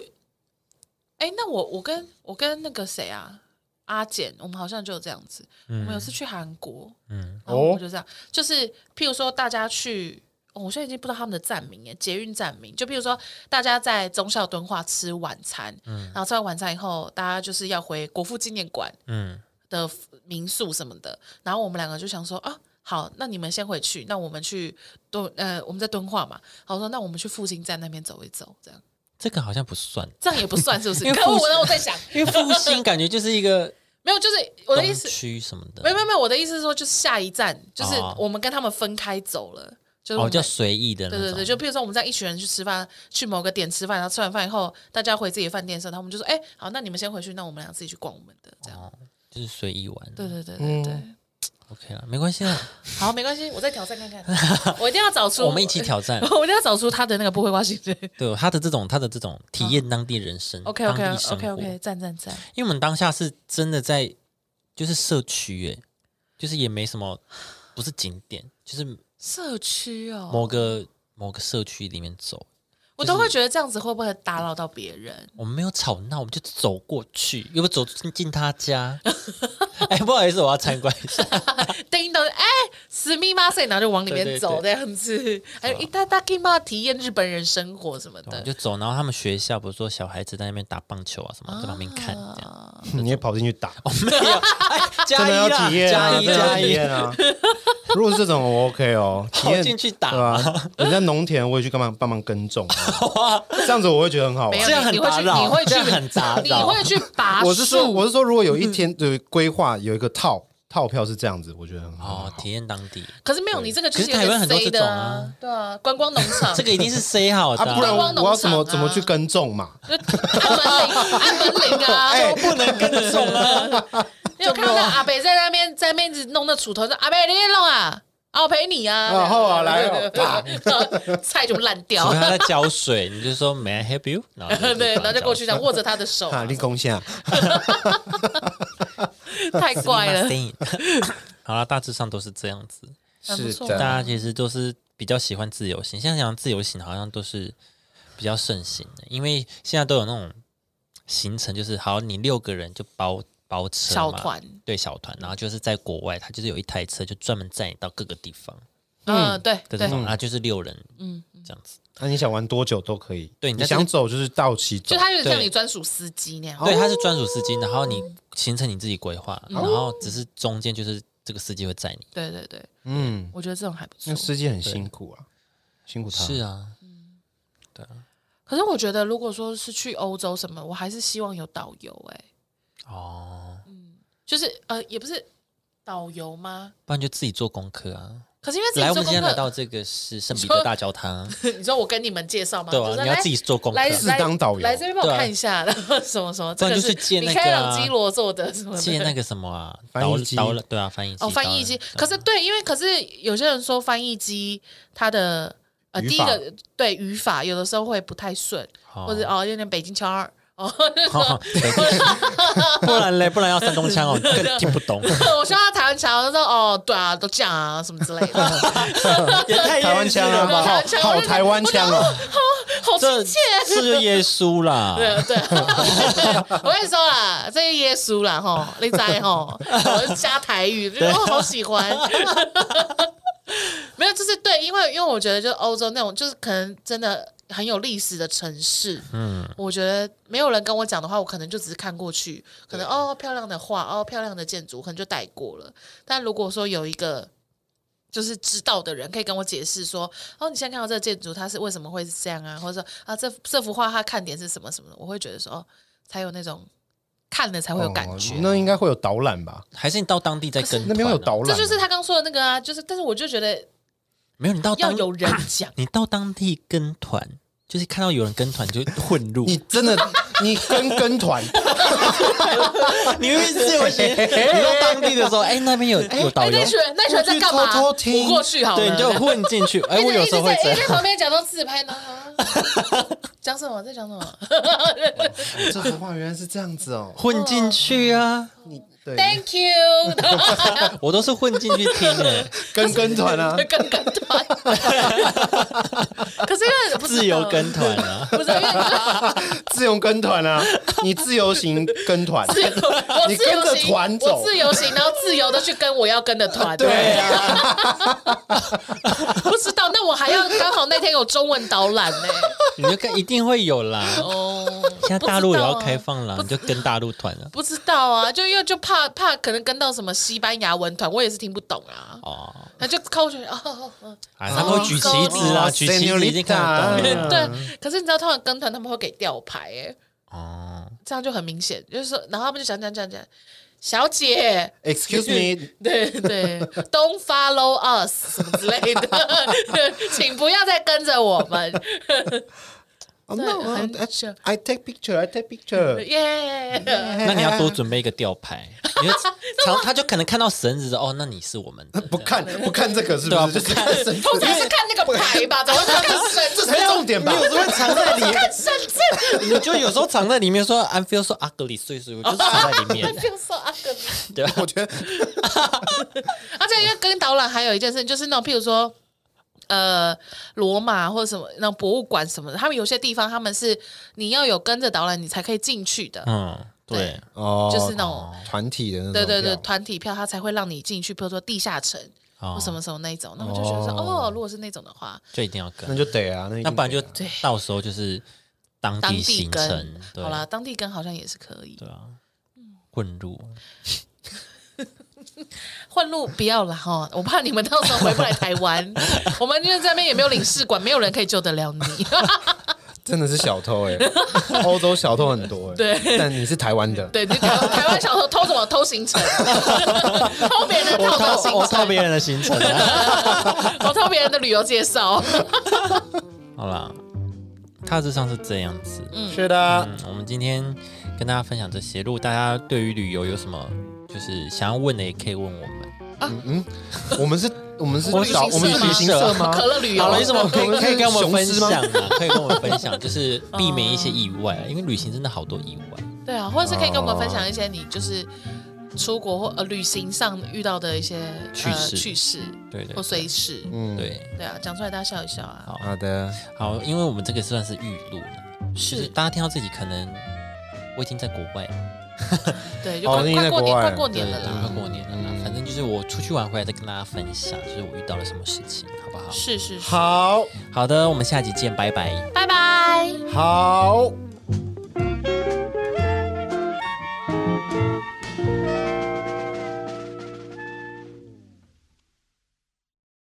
Speaker 3: 哎，那我我跟我跟那个谁啊，阿简，我们好像就这样子。我们有次去韩国，
Speaker 1: 嗯
Speaker 3: 嗯，然后我
Speaker 2: 哦
Speaker 3: 们就这样，就是譬如说大家去哦我现在已经不知道他们的站名耶，捷运站名。就比如说，大家在忠孝敦化吃晚餐，然后吃完晚餐以后，大家就是要回国父纪念馆
Speaker 1: 嗯，
Speaker 3: 的民宿什么的。然后我们两个就想说啊，好，那你们先回去，那我们去敦呃，我们在敦化嘛。好，我说那我们去复兴站那边走一走，这样
Speaker 1: 这个好像不算，
Speaker 3: *laughs* 这样也不算是不是？
Speaker 1: 因为
Speaker 3: 可
Speaker 1: 复
Speaker 3: 我
Speaker 1: 兴
Speaker 3: 我在想，
Speaker 1: 因为复兴感觉就是一个
Speaker 3: *laughs* 没有，就是我的意
Speaker 1: 东
Speaker 3: 思，
Speaker 1: 区什么的，
Speaker 3: 没有没有没有，我的意思是说，就是下一站，就是
Speaker 1: 哦
Speaker 3: 我们跟他们分开走了，就是
Speaker 1: 哦，
Speaker 3: 我们
Speaker 1: 叫随意的那
Speaker 3: 对
Speaker 1: 种。
Speaker 3: 对对，就比如说我们这样一群人去吃饭，去某个点吃饭，然后吃完饭以后，大家回自己的饭店的时候，他们就说：“哎、好，那你们先回去，那我们俩自己去逛我们的。”这样，
Speaker 1: 哦，就是随意玩。
Speaker 3: 对对对对对，
Speaker 1: ，OK 了，没关系啊，
Speaker 3: *laughs* 好，没关系，我再挑战看
Speaker 1: *laughs*
Speaker 3: 看，我一定要找出
Speaker 1: 我们一起，挑
Speaker 3: *laughs*
Speaker 1: 战。
Speaker 3: 我一定要找出他的 *laughs* 那个不会
Speaker 1: *laughs*
Speaker 3: 花心对
Speaker 1: 对他的这种，他的这种体验
Speaker 3: 嗯
Speaker 1: 当地人生、
Speaker 3: OK
Speaker 1: 当
Speaker 3: OK
Speaker 1: 地生
Speaker 3: OK
Speaker 1: 活
Speaker 3: OK，赞赞赞，
Speaker 1: 因为我们当下是真的在就是社区，耶，就是也没什么，不是景点，就是
Speaker 3: 社区哦，
Speaker 1: 某个、某个社区里面走，
Speaker 3: 我都会觉得这样子会不会打扰到别人？
Speaker 1: 我们没有吵闹，我们就走过去，又不走进进他家。
Speaker 3: *laughs*
Speaker 1: 哎，不好意思，我要参观一下。
Speaker 3: 叮咚，哎，史密马塞，然后就往里
Speaker 1: 对
Speaker 3: 面
Speaker 1: 对
Speaker 3: 走这样子，还有一大大 game 体验日本人生活什么
Speaker 1: 我们
Speaker 3: 的。
Speaker 1: 就走，然后他们学校不是说小孩子在那边打棒球啊什么，在旁边看这样。
Speaker 3: 啊
Speaker 2: 你也跑进去打，
Speaker 1: *laughs* 没有，哎，
Speaker 2: 哦真
Speaker 1: 加
Speaker 2: 的
Speaker 1: 一
Speaker 2: 要
Speaker 1: 啦，
Speaker 2: 体验
Speaker 1: 加
Speaker 2: 啊，
Speaker 1: 一
Speaker 2: 真的要
Speaker 1: 加
Speaker 2: 体
Speaker 1: 一，
Speaker 2: 验啊。如果是这种，我 OK 哦，体
Speaker 1: 跑
Speaker 2: 验
Speaker 1: 进去打
Speaker 2: 对吧？人家农田，我也去干嘛帮忙耕种啊，这样子我会觉得很好玩
Speaker 3: 没有，。
Speaker 1: 这样
Speaker 3: 你
Speaker 1: 很
Speaker 3: 你会
Speaker 1: 打
Speaker 3: 去，
Speaker 1: 扰
Speaker 3: 你会
Speaker 1: 这样
Speaker 3: 去
Speaker 1: 很打扰
Speaker 3: 你会去拔树。
Speaker 2: 我是说，我是说，如果有一天的规划有一个套套票是这样子，我觉得很好。
Speaker 1: 哦，体验当地。
Speaker 3: 可是没有你这个就是
Speaker 1: 可是台湾很多
Speaker 3: 有点
Speaker 1: 这
Speaker 3: C 的
Speaker 1: 种啊，
Speaker 3: 对啊，观光农
Speaker 1: *laughs*
Speaker 3: 场
Speaker 1: 这个一定是 say 好的
Speaker 2: 啊，
Speaker 1: 啊、
Speaker 2: 不然
Speaker 3: 观光
Speaker 2: 我
Speaker 3: 农
Speaker 2: 我要怎么
Speaker 3: 场啊
Speaker 2: 怎么去耕种嘛？
Speaker 3: 就按门铃，按门铃
Speaker 1: *laughs*
Speaker 3: 啊！
Speaker 2: 哎
Speaker 3: 不能跟踪啊！你有看到那阿北在那边在那边一直弄那锄头，说阿北你别弄啊，啊我陪你啊，
Speaker 2: 啊好
Speaker 3: *laughs*
Speaker 2: 啊来哦
Speaker 1: *laughs*
Speaker 3: 啪，菜就烂掉
Speaker 1: 除非，他在浇水，你就说 May I help you？然后就
Speaker 3: *laughs* 对，然后就过去这样握着他的手
Speaker 1: *laughs*
Speaker 3: 啊，
Speaker 2: 啊，立功下，
Speaker 3: 太怪了。
Speaker 1: *laughs* 好了，大致上都是这样子。
Speaker 3: 还不
Speaker 2: 是啊
Speaker 3: 错
Speaker 1: 大
Speaker 2: 的，
Speaker 1: 家其实都是比较喜欢自由行，现在讲自由行好像都是比较盛行的，因为现在都有那种行程，就是好你六个人就包包车
Speaker 3: 小
Speaker 1: 嘛
Speaker 3: 团
Speaker 1: 对小团，然后就是在国外，它就是有一台车就专门载你到各个地方
Speaker 3: 嗯，对
Speaker 1: 的
Speaker 3: 对
Speaker 1: 这，种，啊就是六人，嗯，这样子。
Speaker 2: 那你想玩多久都可以，
Speaker 1: 对你
Speaker 2: 你
Speaker 1: 在这
Speaker 2: 想走就是到期走
Speaker 3: 就，他有点像
Speaker 1: 对哦
Speaker 3: 你专属司机那样。
Speaker 1: 对，他是专属司机，然后你行程你自己规划，然后只是中间就是这个司机会载你。
Speaker 3: 对对对，
Speaker 2: 嗯，
Speaker 3: 我觉得这种还不错
Speaker 2: 那。司机很辛苦啊，辛苦他。
Speaker 1: 是啊，
Speaker 3: 可是我觉得，如果说是去欧洲什么，我还是希望有导游、欸。哎，
Speaker 1: 哦，
Speaker 3: 就是呃，也不是导游吗？
Speaker 1: 不然就自己做功课啊。
Speaker 3: 可是因为自己
Speaker 1: 来，我
Speaker 3: 做
Speaker 1: 们今
Speaker 3: 功
Speaker 1: 天来
Speaker 3: 课，
Speaker 1: 到这个是圣彼得大教堂，
Speaker 3: *laughs* 你说我跟你们介绍吗？
Speaker 1: 对
Speaker 3: 就是
Speaker 1: 啊，
Speaker 3: 说
Speaker 1: 你要
Speaker 3: 来
Speaker 1: 自己做功课
Speaker 3: 来
Speaker 1: 啊，
Speaker 2: 自当导游
Speaker 3: 来这边帮我
Speaker 1: 对啊
Speaker 3: 看一下，然后什么什么，
Speaker 1: 不
Speaker 3: 这
Speaker 1: 然
Speaker 3: 个
Speaker 1: 就是去借那
Speaker 3: 米
Speaker 1: 个啊
Speaker 3: 开朗基罗做的什么的
Speaker 1: 借那个什么啊，
Speaker 2: 翻译
Speaker 1: 导
Speaker 2: 机
Speaker 1: 导览对啊，翻译机
Speaker 3: 哦翻译机。可是对，因为可是有些人说翻译机它的呃
Speaker 2: 语
Speaker 3: 第一
Speaker 2: 法
Speaker 3: 个对语法有的时候会不太顺，或
Speaker 1: 或
Speaker 3: 者
Speaker 1: 者
Speaker 3: 哦有点北京腔儿。哦，
Speaker 1: 不然嘞，不然要山东腔哦，你更听不懂，
Speaker 3: *laughs* 我希望他台湾腔，他说哦，对啊，都这样啊，什么之类
Speaker 1: *laughs*
Speaker 3: 的，
Speaker 1: 也太
Speaker 2: 台湾腔啊，
Speaker 3: 吧
Speaker 2: 好好台湾腔哦，
Speaker 3: 好
Speaker 1: 这
Speaker 3: 亲切。
Speaker 1: 是就耶稣啦，
Speaker 3: *laughs* 对对，我跟你说啦，这是耶稣啦吼，你知吼，我加台语，就我好喜欢。 *laughs* 没有，就是对，因为因为我觉得就是欧洲那种，就是可能真的很有历史的城市，嗯，我觉得没有人跟我讲的话，我可能就只是看过去，可能哦漂亮的画，哦漂亮的建筑，可能就带过了。但如果说有一个就是知道的人可以跟我解释说，哦，你现在看到这个建筑，它是为什么会是这样啊？或者说啊，这这幅画它看点是什么什么的，我会觉得说，哦，才有那种看了才会有感觉。
Speaker 2: 哦那应该会有导览吧？
Speaker 1: 还是你到当地再跟
Speaker 2: 那边会有
Speaker 1: 团啊
Speaker 2: 导览吗，
Speaker 3: 这就是他刚说的那个啊，就是，但是我就觉得
Speaker 1: 没有你到哦
Speaker 3: 要
Speaker 1: 当，
Speaker 3: 有人讲
Speaker 1: 你到当地跟团，就是看到有人跟团就混入， *laughs*
Speaker 2: 你真的你跟跟 *laughs* 团，
Speaker 1: 你明明是有些， *laughs* 你到当地的时候，哎，那边有有导
Speaker 3: *laughs* 哎，
Speaker 1: 游
Speaker 3: 那，群人那群人在干
Speaker 2: 我
Speaker 3: 嘛
Speaker 2: 去？偷偷听
Speaker 3: 我过去好了，
Speaker 1: 对，你就混进去。 *clears throat* 哎，
Speaker 3: *laughs* 一
Speaker 1: 我
Speaker 3: 直
Speaker 1: 有
Speaker 3: 一
Speaker 1: 时候
Speaker 3: 直
Speaker 1: 会
Speaker 3: 在
Speaker 1: 这
Speaker 3: 一
Speaker 1: 样
Speaker 3: 直，在旁边假装自拍呢，啊讲什么在讲什么
Speaker 2: 这幅画原来是这样子哦。
Speaker 1: *laughs* 混进去啊，
Speaker 2: 你对，
Speaker 1: *laughs*
Speaker 3: ？Thank you，
Speaker 1: 我都是混进去听
Speaker 3: *laughs*
Speaker 1: 的，
Speaker 2: 跟跟团啊，
Speaker 3: 跟跟团， *laughs* 可是因为不知道
Speaker 1: 自由跟团啊。
Speaker 3: 不是因为
Speaker 2: 自由跟团啊，你自由行跟团，
Speaker 3: 自由，我
Speaker 2: 你
Speaker 3: 自由
Speaker 2: 跟着
Speaker 3: 行，
Speaker 2: 团走
Speaker 3: 我自由
Speaker 2: *laughs*
Speaker 3: 行，然后自由的去跟我要跟的团，
Speaker 2: 对啊，
Speaker 3: *laughs* 不知道那我还要刚好那天有中文导览呢、
Speaker 1: 你就跟一定会有啦。
Speaker 3: 哦，
Speaker 1: 现在大陆也要
Speaker 3: 不知道啊
Speaker 1: 开放了，你就跟大陆团了。
Speaker 3: 不知道啊，就因为就怕怕可能跟到什么西班牙文团，我也是听不懂啊。
Speaker 1: 哦，
Speaker 3: 那就靠我觉得哦哦，哦
Speaker 1: 啊，他们会举旗子
Speaker 3: 啊
Speaker 1: 啦，
Speaker 2: 哦
Speaker 1: 举旗子已经看得懂了。
Speaker 2: Senorita
Speaker 3: 对。可是你知道，他们跟团他们会给吊牌，哎，
Speaker 1: 哦，
Speaker 3: 这样就很明显，就是说，然后他们就讲讲讲讲，小姐，
Speaker 2: Excuse me，
Speaker 3: 对对，Don't follow us 什么之类的，请不要再跟着我们，
Speaker 2: 哦
Speaker 3: 对
Speaker 2: no，
Speaker 3: 很
Speaker 2: I-
Speaker 3: 像
Speaker 2: I take picture，I take picture。
Speaker 1: *laughs*
Speaker 3: 耶、
Speaker 1: 那你要多准备一个吊 *laughs* 牌，因为常他就可能看到绳子的哦，那你是我们的。
Speaker 2: 不看不看这个是
Speaker 1: 对啊
Speaker 2: 不是？ *laughs* 就是看绳子，
Speaker 3: 通常是看那个牌吧，怎么会看绳
Speaker 2: 这
Speaker 3: 子？
Speaker 2: 才是重点吧？
Speaker 1: 有时候藏在里，
Speaker 3: 看绳子，
Speaker 1: *laughs* 你就有时候藏在里面说 I feel so ugly，所以所以我就藏在里 *laughs* 面，
Speaker 3: 就说阿哥。
Speaker 1: 对吧？
Speaker 2: 我觉得
Speaker 3: 而啊且因为跟导览还有一件事，就是那种譬如说，呃，罗马或者什么那种博物馆什么的，他们有些地方他们是你要有跟着导览你才可以进去的，
Speaker 1: 嗯，对
Speaker 3: 对，
Speaker 2: 哦
Speaker 3: 就是那种
Speaker 2: 团体的那种
Speaker 3: 对
Speaker 2: 票，
Speaker 3: 对对，团体票它才会让你进去，比如说地下城
Speaker 1: 哦
Speaker 3: 或什么什么那一种。那我就觉得说，
Speaker 2: 哦
Speaker 3: 哦，如果是那种的话，
Speaker 1: 就一定要
Speaker 2: 那
Speaker 1: 跟，
Speaker 2: 就得啊，那一定
Speaker 1: 那不然就
Speaker 2: 得啊
Speaker 3: 对
Speaker 1: 到时候就是当
Speaker 3: 当
Speaker 1: 地
Speaker 3: 地
Speaker 1: 行
Speaker 3: 跟
Speaker 1: 程，对
Speaker 3: 好啦，当地跟好像也是可以
Speaker 1: 对。啊，混入。
Speaker 3: 混入不要了哈，我怕你们到时候回不来台
Speaker 1: *laughs*
Speaker 3: 湾，我们因为这边也没有领事馆，没有人可以救得了你。 *laughs*
Speaker 2: 真的是小偷哎， *laughs* 欧洲小偷很多哎，
Speaker 3: 对，
Speaker 2: 但你是台湾的，
Speaker 3: 对，你台台湾小偷偷什么？偷行
Speaker 1: *laughs*
Speaker 3: 程，偷别人的套套行
Speaker 1: 我
Speaker 3: 程
Speaker 1: 靠，别人的行程啊。 *laughs*
Speaker 3: 我偷别人的旅游介绍。
Speaker 1: 好啦，大致上是这样子。
Speaker 2: 是的，
Speaker 1: 嗯，我们今天跟大家分享这些，如果大家对于旅游有什么就是想要问的，也可以问我们。
Speaker 2: 我们是，我们是
Speaker 1: 我们是
Speaker 2: 导，
Speaker 1: 旅
Speaker 2: 我
Speaker 1: 行社吗
Speaker 2: 们是旅行社吗？
Speaker 3: 啊可乐旅游，
Speaker 1: 好了，有什么可以可以跟我们分
Speaker 2: 雄狮吗
Speaker 1: 享啊？ *laughs* 可以跟我们分享，就是避免一些意外啊，因为旅行真的好多意外。
Speaker 3: 对啊，或者是可以跟我们分
Speaker 1: 哦
Speaker 3: 享一些你就是出国或呃旅行上遇到的一些呃
Speaker 1: 趣事
Speaker 3: 趣事
Speaker 1: 对对
Speaker 3: 或随事。
Speaker 2: 嗯，
Speaker 1: 对，
Speaker 3: 对啊，讲出来大家笑一笑啊。
Speaker 2: 好的，
Speaker 1: 好，因为我们这个算是预录了，就是
Speaker 3: 嗯
Speaker 1: 大家听到这集可能我已经在国外了，
Speaker 3: 对，就
Speaker 2: 哦
Speaker 3: 快
Speaker 2: 你已经在
Speaker 3: 快过
Speaker 2: 国
Speaker 3: 年，
Speaker 2: 外
Speaker 3: 快过
Speaker 1: 对
Speaker 3: 年
Speaker 1: 对
Speaker 3: 了
Speaker 1: 对，快
Speaker 3: 啦。
Speaker 1: 过年了啦。反正就是我出去玩回来再跟大家分享，就是我遇到了什么事情，好不好？
Speaker 3: 是是是，
Speaker 2: 好
Speaker 1: 好的，我们下集见，拜拜。
Speaker 3: 拜拜。
Speaker 2: 好。